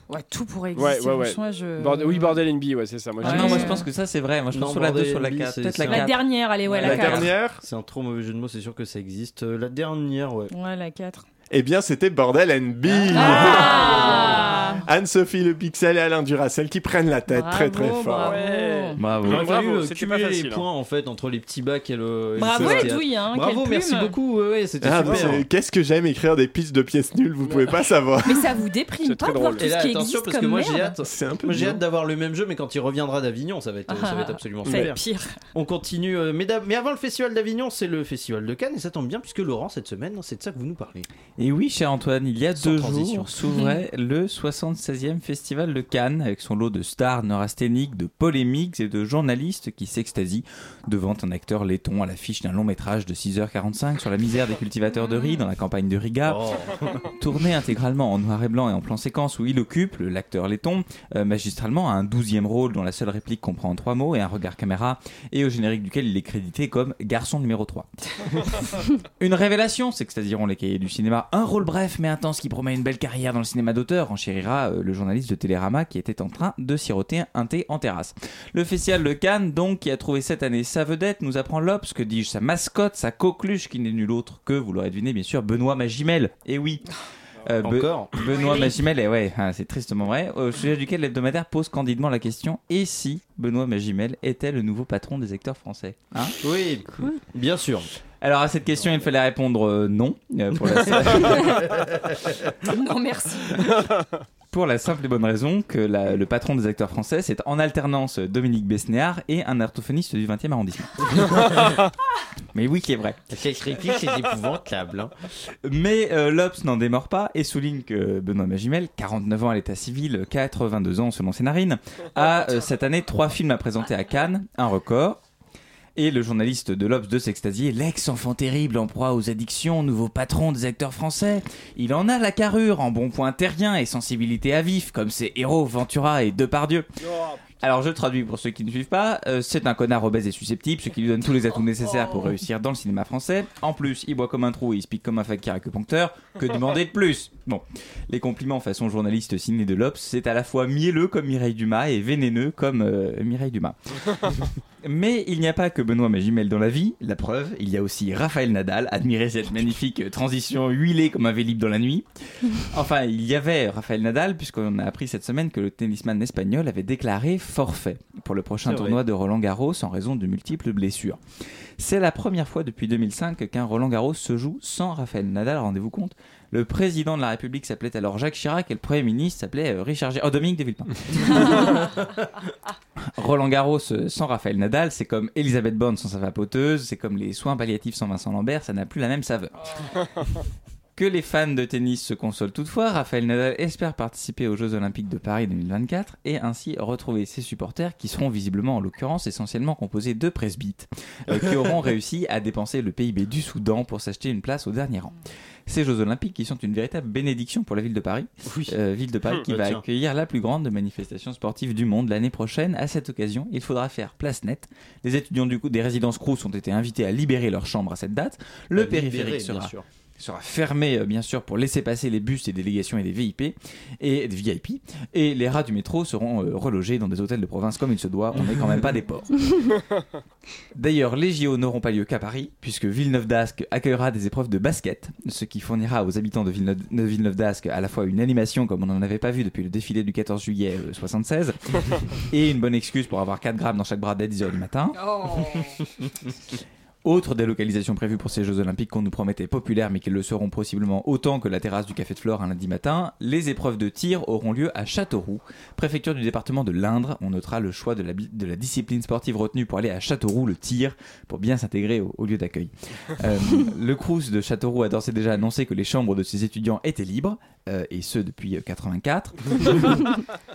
Ouais, tout pourrait
Ouais,
exister.
ouais, ouais.
franchement, je-
Bordel- oui, Bordel NB, ouais, c'est ça. Moi,
Ah non, moi je pense que ça c'est vrai. Moi je
Non,
pense sur la 2,
bordel,
sur la
oui,
4.
c'est-
Peut-être
c'est
la
un-
4.
dernière, allez, ouais, la,
La
quatre.
dernière
C'est un trop mauvais jeu de mots, c'est sûr que ça existe. Euh, La dernière, ouais.
Ouais, la 4.
Eh bien, c'était Bordel NB
Ah.
[LAUGHS]
Ah
Anne-Sophie Le Pixel et Alain Duracel qui prennent la tête très très
Bravo,
fort.
Bravo.
Ouais,
On
bravo,
bravo,
c'était
cumuler
pas
euh, les
facile, hein.
points en fait entre les petits bacs et le. et
Bravo,
le
les
théâtre.
douilles, hein,
Bravo,
quelle
merci
plume.
beaucoup. Ouais, ouais, c'était
Ah,
super. Bah.
c'est- Qu'est-ce que j'aime écrire des pistes de pièces nulles, vous pouvez pas savoir. [LAUGHS]
Mais ça vous déprime pas de voir tout
Et là,
ce qui
attention,
existe
parce que
comme
moi
merde
j'ai hâte, moi, j'ai hâte d'avoir le même jeu, mais quand il reviendra d'Avignon, ça va être, ça va être
Ah,
absolument
ça va
super. [LAUGHS]
être pire.
On continue, euh, mesdames. Mais avant le festival d'Avignon, c'est le festival de Cannes, et ça tombe bien puisque Laurent, cette semaine, c'est de ça que vous nous parlez.
Et oui, cher Antoine, il y a deux
transition.
jours s'ouvrait le 76e Festival de Cannes avec son lot de stars neurasthéniques, de polémiques et de journalistes qui s'extasient devant un acteur laiton à l'affiche d'un long métrage de 6h45 sur la misère des cultivateurs de riz dans la campagne de Riga.
Oh.
Tourné intégralement en noir et blanc et en plan séquence où il occupe, le- l'acteur laiton, euh, magistralement un douzième rôle dont la seule réplique comprend en trois mots et un regard caméra et au générique duquel il est crédité comme garçon numéro 3. Une révélation, s'extasieront les cahiers du cinéma. Un rôle bref mais intense qui promet une belle carrière dans le cinéma d'auteur, enchérira euh, le journaliste de Télérama qui était en train de siroter un thé en terrasse. Le festival de Cannes, donc, qui a trouvé cette année sa vedette, nous apprend l'Obs, que dis-je, sa mascotte, sa coqueluche, qui n'est nul autre que, vous l'aurez deviné, bien sûr, Benoît Magimel. Et oui. Euh, Be-
Encore
Benoît
Oui.
Magimel, et ouais, hein, c'est tristement vrai, au sujet duquel l'hebdomadaire pose candidement la question et si Benoît Magimel était le nouveau patron des acteurs français hein
Oui, bien sûr.
alors à cette question, il fallait répondre euh, non euh, pour la
Non, merci.
Pour la simple et bonne raison que la- le patron des acteurs français, c'est en alternance Dominique Besnéard et un orthophoniste du 20e arrondissement. Mais oui, qui est vrai.
Cette critique, c'est épouvantable. hein.
Mais euh, Lops n'en démord pas et souligne que Benoît Magimel, 49 ans à l'état civil, 82 ans selon ses narines, a euh, cette année trois films à présenter à Cannes, un record. Et le journaliste de l'Obs de s'extasier, l'ex-enfant terrible en proie aux addictions, nouveau patron des acteurs français. Il en a la carrure, en bon point terrien et sensibilité à vif, comme ses héros Ventura et Depardieu. Alors je traduis pour ceux qui ne suivent pas, euh, c'est un connard obèse et susceptible, ce qui lui donne tous les atouts nécessaires pour réussir dans le cinéma français. En plus, il boit comme un trou et il se pique comme un fakir acupuncteur. Que demander de plus Bon, les compliments façon journaliste ciné de l'Obs, c'est à la fois mielleux comme Mireille Dumas et vénéneux comme euh, Mireille Dumas. Mais il n'y a pas que Benoît Magimel dans la vie, la preuve, il y a aussi Raphaël Nadal, admirez cette magnifique transition huilée comme un vélib dans
[LAUGHS]
la nuit. Enfin, il y avait Raphaël Nadal, puisqu'on a appris cette semaine que le tennisman espagnol avait déclaré forfait pour le prochain
C'est vrai.
tournoi de Roland Garros en raison de multiples blessures. C'est la première fois depuis 2005 qu'un Roland Garros se joue sans Raphaël Nadal, rendez-vous compte. Le président de la République s'appelait alors Jacques Chirac et le Premier ministre s'appelait euh, Richard Gé- Oh, Dominique de Villepin. Roland Garros euh, sans Raphaël Nadal, c'est comme Elisabeth Borne sans sa vapoteuse, c'est comme les soins palliatifs sans Vincent Lambert, ça n'a plus la même saveur. Que les fans de tennis se consolent toutefois, Raphaël Nadal espère participer aux Jeux Olympiques de Paris 2024 et ainsi retrouver ses supporters qui seront visiblement en l'occurrence essentiellement composés de presbytes euh,
[LAUGHS]
qui auront réussi à dépenser le PIB du Soudan pour s'acheter une place au dernier rang. Ces Jeux Olympiques qui sont une véritable bénédiction pour la ville de Paris, Euh, ville
[LAUGHS]
de Paris
Hum,
qui
bah
va
tiens.
accueillir la plus grande manifestation sportive du monde l'année prochaine. À cette occasion, il faudra faire place nette. Les étudiants du coup des résidences Crous ont été invités à libérer leurs chambres à cette date. Le
Bah,
À libérer, bien
périphérique sera
sûr.
sera fermé euh, bien sûr pour laisser passer les bus des délégations et des VIP et des VIP et les rats du métro seront euh, relogés dans des hôtels de province comme il se doit on n'est quand même pas des porcs D'ailleurs, les JO n'auront pas lieu qu'à Paris, puisque Villeneuve d'Ascq accueillera des épreuves de basket, ce qui fournira aux habitants de Villeneuve de Villeneuve d'Ascq à la fois une animation comme on n'en avait pas vu depuis le défilé du 14 juillet euh, 76,
Oh.
et une bonne excuse pour avoir 4 grammes dans chaque bras dès 10h du matin. Autre délocalisation prévue pour ces Jeux Olympiques qu'on nous promettait populaires mais qu'ils le seront possiblement autant que la terrasse du Café de Flore un lundi matin, les épreuves de tir auront lieu à Châteauroux, préfecture du département de l'Indre. On notera le choix de la, bi- de la discipline sportive retenue pour aller à Châteauroux, le tir, pour bien s'intégrer au, au lieu d'accueil. Euh, le Crous de Châteauroux a d'ores et déjà annoncé que les chambres de ses étudiants étaient libres, euh, et ce depuis euh, 84.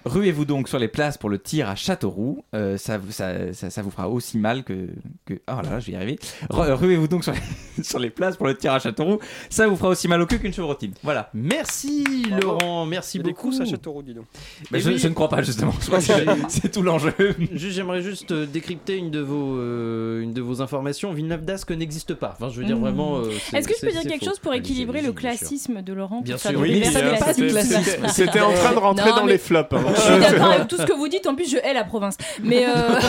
Ruez-vous donc sur les places pour le tir à Châteauroux. Euh, ça, vous- ça- ça- ça vous fera aussi mal que. que... Oh là là, je vais y arriver. Ru- euh, Ruez-vous donc sur les, [LAUGHS] sur les places pour le tir à Châteauroux. Ça vous fera aussi mal au cul qu'une chevrotine. Voilà.
Merci Laurent, merci
Il y a des
beaucoup.
courses à Châteauroux, dis donc.
Mais Bah, je, je ne crois pas, justement. Je [LAUGHS] crois que c'est tout l'enjeu.
Juste, [LAUGHS] j'aimerais juste euh, décrypter une de vos, euh, une de vos informations. Villeneuve d'Ascq n'existe pas. Enfin, je veux dire
Mm.
vraiment. euh, c'est-
Est-ce que je
c'est-
peux dire
c'est
quelque
faux.
chose pour
Allez,
équilibrer
allez-y,
le
bien sûr.
classimérsisme de Laurent
Bien
pour faire
sûr.
de
Oui,
l'universel
mais
de la
pas du [LAUGHS]
cité
classisme.
classique.
[LAUGHS] C'était en train de rentrer
Non,
dans
mais
les flops. hein.
Je [LAUGHS] suis d'accord avec tout ce que vous dites. En plus, je hais la province. Mais euh,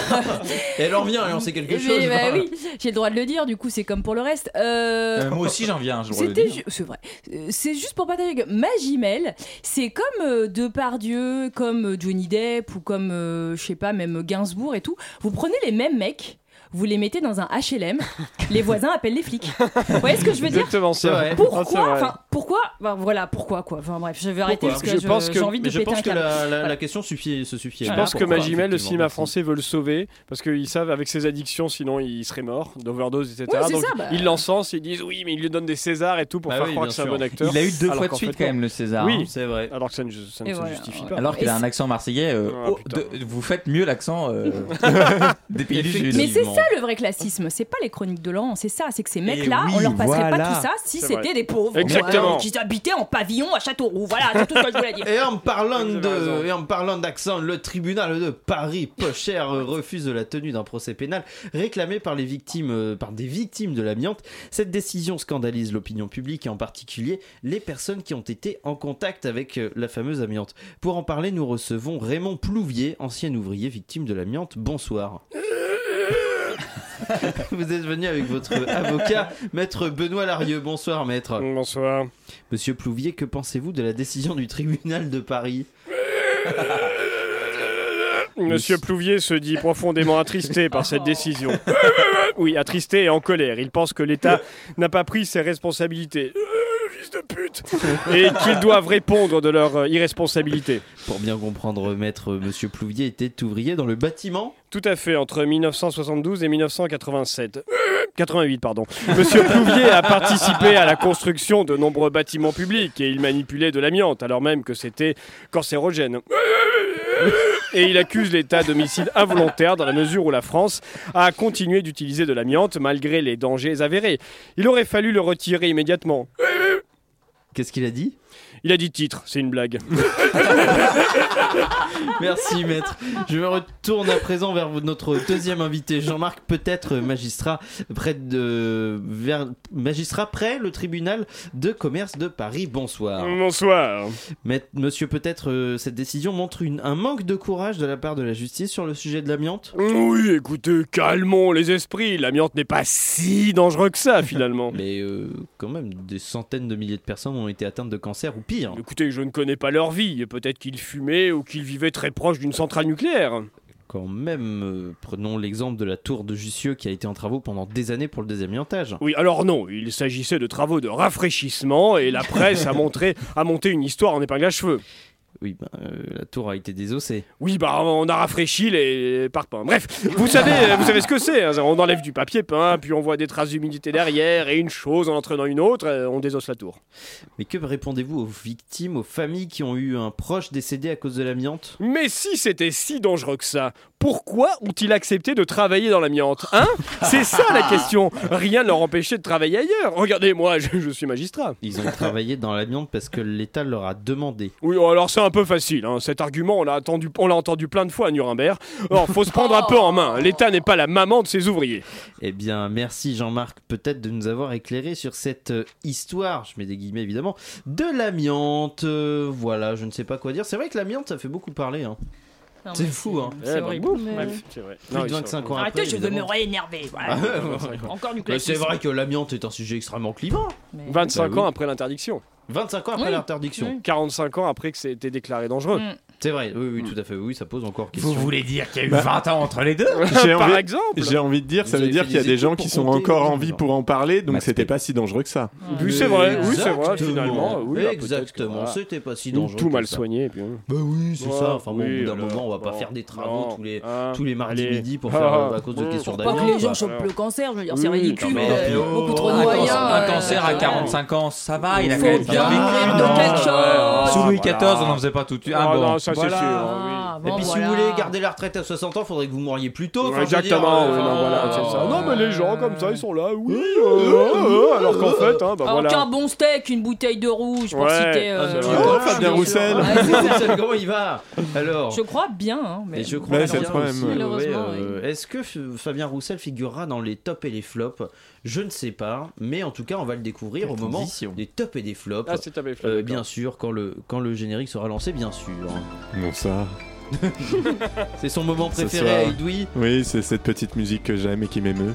Et elle en revient, elle en sait quelque
mais,
chose. hein.
bah oui, j'ai le droit de le dire. Du coup, c'est comme pour le reste. Euh,
Euh, moi aussi, j'en viens. je le
C'était
redis.
ju- c'est vrai. Euh, C'est juste pour partager que Magimel, c'est comme euh, Depardieu, comme euh, Johnny Depp ou comme euh, je sais pas même Gainsbourg et tout. Vous prenez les mêmes mecs. Vous les mettez dans un HLM, les voisins appellent les flics. Vous voyez ce que je veux dire
Exactement, [LAUGHS] c'est vrai.
Pourquoi
Ah, c'est vrai.
Enfin, pourquoi Enfin, Voilà, pourquoi quoi. Enfin bref, je vais arrêter
Pourquoi
parce que
Je
je-
pense
j'ai
que-
envie de
mais je
péter
pense
un
que
câble.
la, la-
Voilà.
la question suffit, se suffit.
Je
à
pense que
pourquoi,
Magimel, le
effectivement.
cinéma français, veut le sauver parce qu'il savent avec ses addictions, sinon il serait mort d'overdose, etc.
Ouais, c'est
Donc
ça, bah.
ils l'encensent, ils disent oui, mais ils lui donnent des Césars et tout pour
Bah
faire
oui,
croire
bien
que c'est un
sûr.
bon acteur.
Il a eu deux
Alors
fois de
qu'en
suite,
fait,
quand même, le César, hein.
Oui,
c'est vrai.
Alors que ça ne, ça ne
Et
se
voilà,
justifie
ouais.
pas.
Alors qu'il a un accent marseillais, euh,
Ah,
oh, de- vous faites mieux l'accent euh, des pays du Sud.
Mais c'est ça le vrai classisme, c'est pas les chroniques de Laurent, c'est ça, c'est que ces mecs-là,
oui,
on leur passerait
voilà.
pas tout ça si
C'est
c'était
vrai.
des pauvres. euh,
Exactement.
Qui habitaient en pavillon à Châteauroux, voilà, c'est tout ce que je voulais dire.
Et en parlant de, et en parlant d'accent, le tribunal de Paris Pocher [LAUGHS] euh, refuse de la tenue d'un procès pénal réclamé par les victimes, euh, par des victimes de l'amiante. Cette décision scandalise l'opinion publique et en particulier les personnes qui ont été en contact avec euh, la fameuse amiante. Pour en parler, nous recevons Raymond Plouvier, ancien ouvrier victime de l'amiante. Bonsoir. Vous êtes venu avec votre avocat, maître Benoît Larieux. Bonsoir, maître.
euh,
Bonsoir.
Monsieur Plouvier, que pensez-vous de la décision du tribunal de Paris
Monsieur Plouvier se dit profondément attristé par
[LAUGHS]
cette décision. Oui, attristé et en colère. Il pense que l'État n'a pas pris ses responsabilités Euh, et qu'ils doivent répondre de leur euh, irresponsabilité.
Pour bien comprendre, maître, euh, monsieur Plouvier était ouvrier dans le bâtiment.
Tout à fait, entre 1972 et 1987. 88, Euh, pardon. Monsieur Plouvier a participé à la construction de nombreux bâtiments publics et il manipulait de l'amiante, alors même que c'était cancérogène. Euh, Et il accuse l'État d'homicide involontaire dans la mesure où la France a continué d'utiliser de l'amiante malgré les dangers avérés. Il aurait fallu le retirer immédiatement.
Qu'est-ce qu'il a dit
Il a dit titre, c'est une blague.
Merci, maître. Je me retourne à présent vers notre deuxième invité, Jean-Marc, peut-être magistrat près de vers- magistrat près le tribunal de commerce de Paris. Bonsoir.
Bonsoir.
monsieur, peut-être euh, cette décision montre une- un manque de courage de la part de la justice sur le sujet de l'amiante.
Oui, écoutez, calmons les esprits. L'amiante n'est pas si dangereux que
[LAUGHS]
ça, finalement.
Mais euh, quand même, des centaines de milliers de personnes ont été atteintes de cancer ou pire.
Écoutez, je ne connais pas leur vie. Peut-être qu'ils fumaient ou qu'ils vivaient très proche d'une centrale nucléaire.
Quand même, euh, prenons l'exemple de la tour de Jussieu qui a été en travaux pendant des années pour le désamiantage.
Oui, alors non, il s'agissait de travaux de rafraîchissement et la presse a, montré, a monté une histoire en épingle à cheveux.
Oui, bah, euh, la tour a été désossée.
Oui, bah on a rafraîchi les parpaings. Bref, vous savez, euh, vous savez ce que c'est. hein, On enlève du papier peint, puis on voit des traces d'humidité derrière, et une chose en entraînant une autre, euh, on désosse la tour.
Mais que répondez-vous aux victimes, aux familles qui ont eu un proche décédé à cause de l'amiante
Mais si c'était si dangereux que ça, pourquoi ont-ils accepté de travailler dans l'amiante Hein C'est ça la question. Rien ne leur empêchait de travailler ailleurs. Regardez-moi, je, je suis magistrat.
Ils ont travaillé dans l'amiante parce que l'État leur a demandé.
Oui, oh, alors c'est un peu facile. hein. Cet argument, on l'a attendu- on l'a entendu plein de fois à Nuremberg. Or, faut se prendre un peu en main. L'État n'est pas la maman de ses ouvriers.
Eh bien, merci Jean-Marc, peut-être de nous avoir éclairé sur cette euh, histoire, je mets des guillemets évidemment, de l'amiante. Euh, voilà, je ne sais pas quoi dire. C'est vrai que l'amiante, ça fait beaucoup parler. hein.
Non,
[LAUGHS] C'est
mais
fou, hein.
c'est horrible. Mais-
Eh ben, Bref, c'est vrai.
Plus de 25 ans
Arrêtez,
après,
je veux me
évidemment. Ah
réénerver. Voilà. Encore du
Mais c'est
classisme.
vrai que l'amiante est un sujet extrêmement clivant.
25
Bah oui.
ans après l'interdiction.
25 ans après
Oui.
l'interdiction.
Oui.
45 ans après que c'était déclaré dangereux.
Mm.
C'est vrai, oui, oui,
Hmm.
tout à fait. Oui, ça pose encore question.
voulez dire qu'il y a eu 20 ans entre les deux
[LAUGHS] J'ai envie,
exemple
J'ai envie de dire,
Vous
ça veut
avez
dire
fait
qu'il y a
des
des
études
gens qui
pour
sont
compter
encore
les
en vie pour en parler, donc c'était pas si dangereux que ça.
Oui, c'est vrai, oui,
euh,
c'est vrai, finalement. Oui, là, peut-être que,
Exactement,
voilà.
c'était pas si
Ou
dangereux.
Tout
que
mal
ça.
soigné. et puis, hein.
Bah oui, c'est
Ouais,
ça. Enfin bon, au
oui,
bout d'un
alors,
moment, on va pas
bon,
faire des travaux
non,
tous les
hein,
tous les mardis
allez.
midi pour hein. faire
Ah,
euh, à cause de
oui.
questions
Pas que
d'avenir.
les gens chopent le cancer, je veux dire, c'est
Oui,
ridicule.
non, mais-
euh,
Oh,
beaucoup trop de
Un
moyens.
cancer- un
euh,
cancer à 45 ans, ça va, il a
Faut
quand même
bien
bien vécu.
vivre de
Non,
quelque
ouais,
chose.
Ah,
Sous Louis
Voilà.
XIV, on n'en faisait pas tout de suite. Ah
Ah
bon.
non, ça, c'est
Voilà.
sûr.
Ah,
Et
bon,
puis si
voilà.
vous voulez garder la retraite à 60 ans, faudrait que vous mouriez plus tôt.
Ouais,
enfin, je veux dire,
Exactement,
euh,
ouais, non, voilà, c'est ça. Non, mais les gens comme ça, ils sont là, oui, euh, euh, euh, alors qu'en fait, hein, bah
Ah,
Alors
voilà.
qu'un Ah, bon steak, une bouteille de rouge, pour
Ouais,
citer.
ah,
euh,
c'est
vrai. Oh, Fabien
je-
Roussel.
Ouais, Ah, c'est ça.
Comment il va Alors.
Je crois bien, hein, mais
Et je crois
Mais
bien
c'est le problème,
aussi,
ouais.
ouais,
Malheureusement,
euh, Est-ce que F- Fabien Roussel figurera dans les tops et les flops Je ne sais pas, mais en tout cas, on va le découvrir au moment des tops et des flops.
Ah, c'est ta belle
Euh,
fleur,
bien sûr, quand le, quand le générique sera lancé, bien sûr.
Non, ça.
C'est son moment
Ce
préféré
soir.
à Edoui.
Oui, c'est cette petite musique que j'aime et qui m'émeut.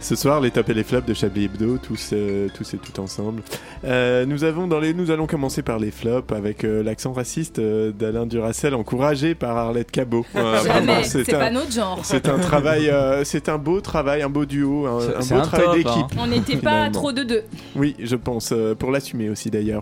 Ce soir, les tops et les flops de Chablis Hebdo, tous, euh, tous et tout ensemble. Euh, nous, avons dans les, nous allons commencer par les flops avec euh, l'accent raciste euh, d'Alain Duracel, encouragé par Arlette Cabot. Euh, vraiment,
Jamais, c'est
un,
pas notre genre.
c'est un travail, euh, c'est un beau travail, un beau duo, un,
C'est-
un
c'est
beau
un top, hein.
travail d'équipe.
On n'était pas
Finalement.
trop de deux.
Oui, je pense, euh, pour l'assumer aussi d'ailleurs.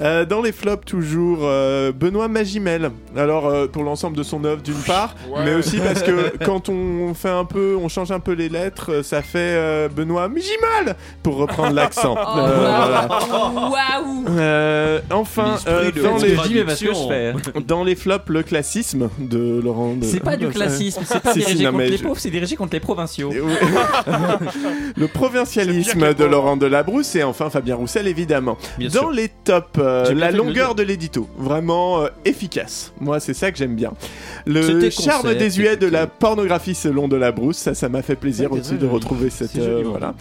Euh, dans les flops, toujours euh, Benoît Magimel. Alors, euh, pour l'ensemble de son œuvre, d'une part,
Ouais.
mais aussi parce que quand on fait un peu, on change un peu les lettres, euh, ça fait euh, Benoît Magimel pour reprendre l'accent.
Oh,
Euh, voilà.
waouh! Waouh!
Euh, enfin,
L'esprit
euh,
de
dans,
Ce que
les,
je dis, mais parce que je fais.
[LAUGHS] dans les flops, le classisme de Laurent. de-
C'est pas du
Euh,
classisme, c'est pas
[LAUGHS] Si, si,
dirigé
non,
contre
mais
les
je-
pauvres, c'est dirigé contre les provinciaux.
Et oui. [LAUGHS] le provincialisme de Laurent Delabrousse et enfin Fabien Roussel évidemment.
Bien
Dans
sûr.
les tops, euh,
Tu as bien
la
fait de le
longueur de l'édito, vraiment euh, efficace. Moi c'est ça que j'aime bien. Le
C'était
charme
concept,
désuet de
écoutez.
la pornographie selon Delabrousse, ça ça m'a fait plaisir
Ouais,
aussi
c'est
de
joli.
retrouver cette
C'est joli,
euh,
ouais.
voilà.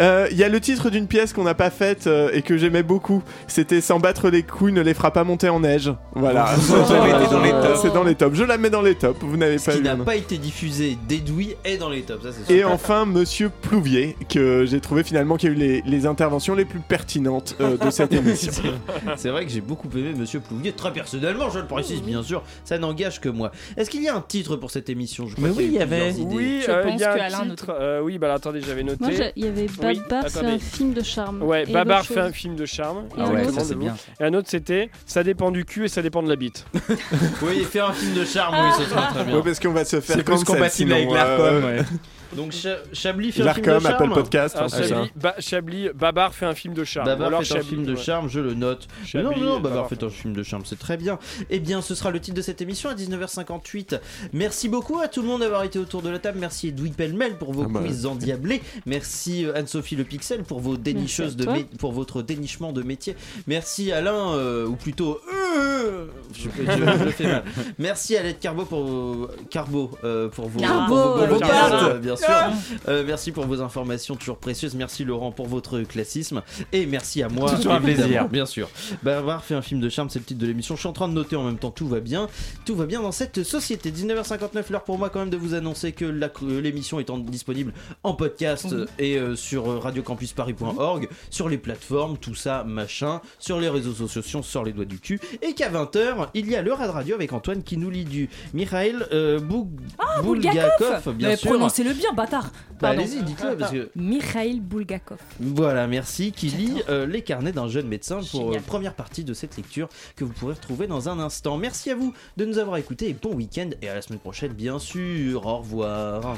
Euh, Il y a le titre d'une pièce qu'on n'a pas faite euh, et que j'aimais beaucoup. C'était sans battre les couilles, ne les fera pas monter en neige.
[LAUGHS]
Voilà.
j'avais été dans les tops.
C'est dans les tops. Je la mets dans les tops. Vous n'avez
Ce
pas
qui
eu
n'a
non.
pas été diffusé d'Edoui est dans les tops. Ça, c'est sûr.
Et enfin, Monsieur Plouvier, que j'ai trouvé finalement qui a eu les, les interventions les plus pertinentes euh,
[LAUGHS]
de cette émission.
[LAUGHS] C'est vrai que j'ai beaucoup aimé Monsieur Plouvier. Très personnellement, je le précise, bien sûr. Ça n'engage que moi. Est-ce qu'il y a un titre pour cette émission Je crois
Mais
qu'il
oui, il y avait-
plusieurs idées.
Oui,
Je
euh,
pense
il y a
que
un
Alain
titre. euh, oui, bah attendez, j'avais noté.
Moi, j'ai- il y avait
Oui,
Babar, c'est
attendez.
un film de charme.
Ouais,
Et
Babar
l'autre chose-
fait un film de charme.
Ah ouais,
Exactement,
ça, c'est
de
bien.
vous. Et un autre c'était ça dépend du cul et ça dépend de la bite.
Oui, faire un film de charme, oui, ce sera très bien.
Ouais, parce qu'on va se faire
C'est plus
cancel,
compatible
sinon,
avec
euh,
l'ARCOM. ouais.
Donc Cha- Chablis fait un film de
L'ARCOM,
charme.
Apple Podcast,
Alors,
hein, tout ça.
Chablis, Ba- Chablis- Babar fait un film de charme. Ou
ah, Babar
alors
Bah, fait un film de
ouais.
charme, je le note. Mais
Chablis,
non, non, non, Babar
Babar
fait un film de charme, c'est très bien. Eh bien, ce sera le titre de cette émission à 19h58. Merci beaucoup à tout le monde d'avoir été autour de la table. Merci Edoui Pellemel pour vos
Ah bah.
quiz endiablés. Merci euh, Anne-Sophie Le Pixel pour, vos dénicheuses
à
de
toi.
mé- pour votre dénichement de métier. Merci Alain, euh, ou plutôt... euh, je, je- je le fais mal. Merci Alette Carbo pour vos... Carbo, euh, pour vos...
Carbo,
pour vos-
euh,
vos
Carbo.
pattes, bien sûr. Euh, merci pour vos informations toujours précieuses. Merci Laurent pour votre classisme. Et merci à
[LAUGHS]
moi.
Toujours un
évidemment,
plaisir.
Bien sûr. Bah, avoir fait un film de charme, c'est le titre de l'émission. Je suis en train de noter en même temps. Tout va bien. Tout va bien dans cette société. 19h59, l'heure pour moi quand même de vous annoncer que la- que l'émission est en- disponible en podcast euh, et euh, sur euh, radiocampusparis.org, sur les plateformes, tout ça, machin, sur les réseaux sociaux, si on sort les doigts du cul. Et qu'à 20h, il y a l'heure à radio avec Antoine qui nous lit du Mikhail euh, Boug-
Ah,
Bulgakov, bien
Mais
sûr.
prononcez-le bien, bâtard!
Bah,
Pardon.
allez-y, dites-le parce que
Mikhail Bulgakov.
voilà, merci. Qui lit euh, les carnets d'un jeune médecin pour la
Génial.
première partie de cette lecture que vous pourrez retrouver dans un instant. Merci à vous de nous avoir écoutés et bon week-end et à la semaine prochaine, bien sûr. Au revoir.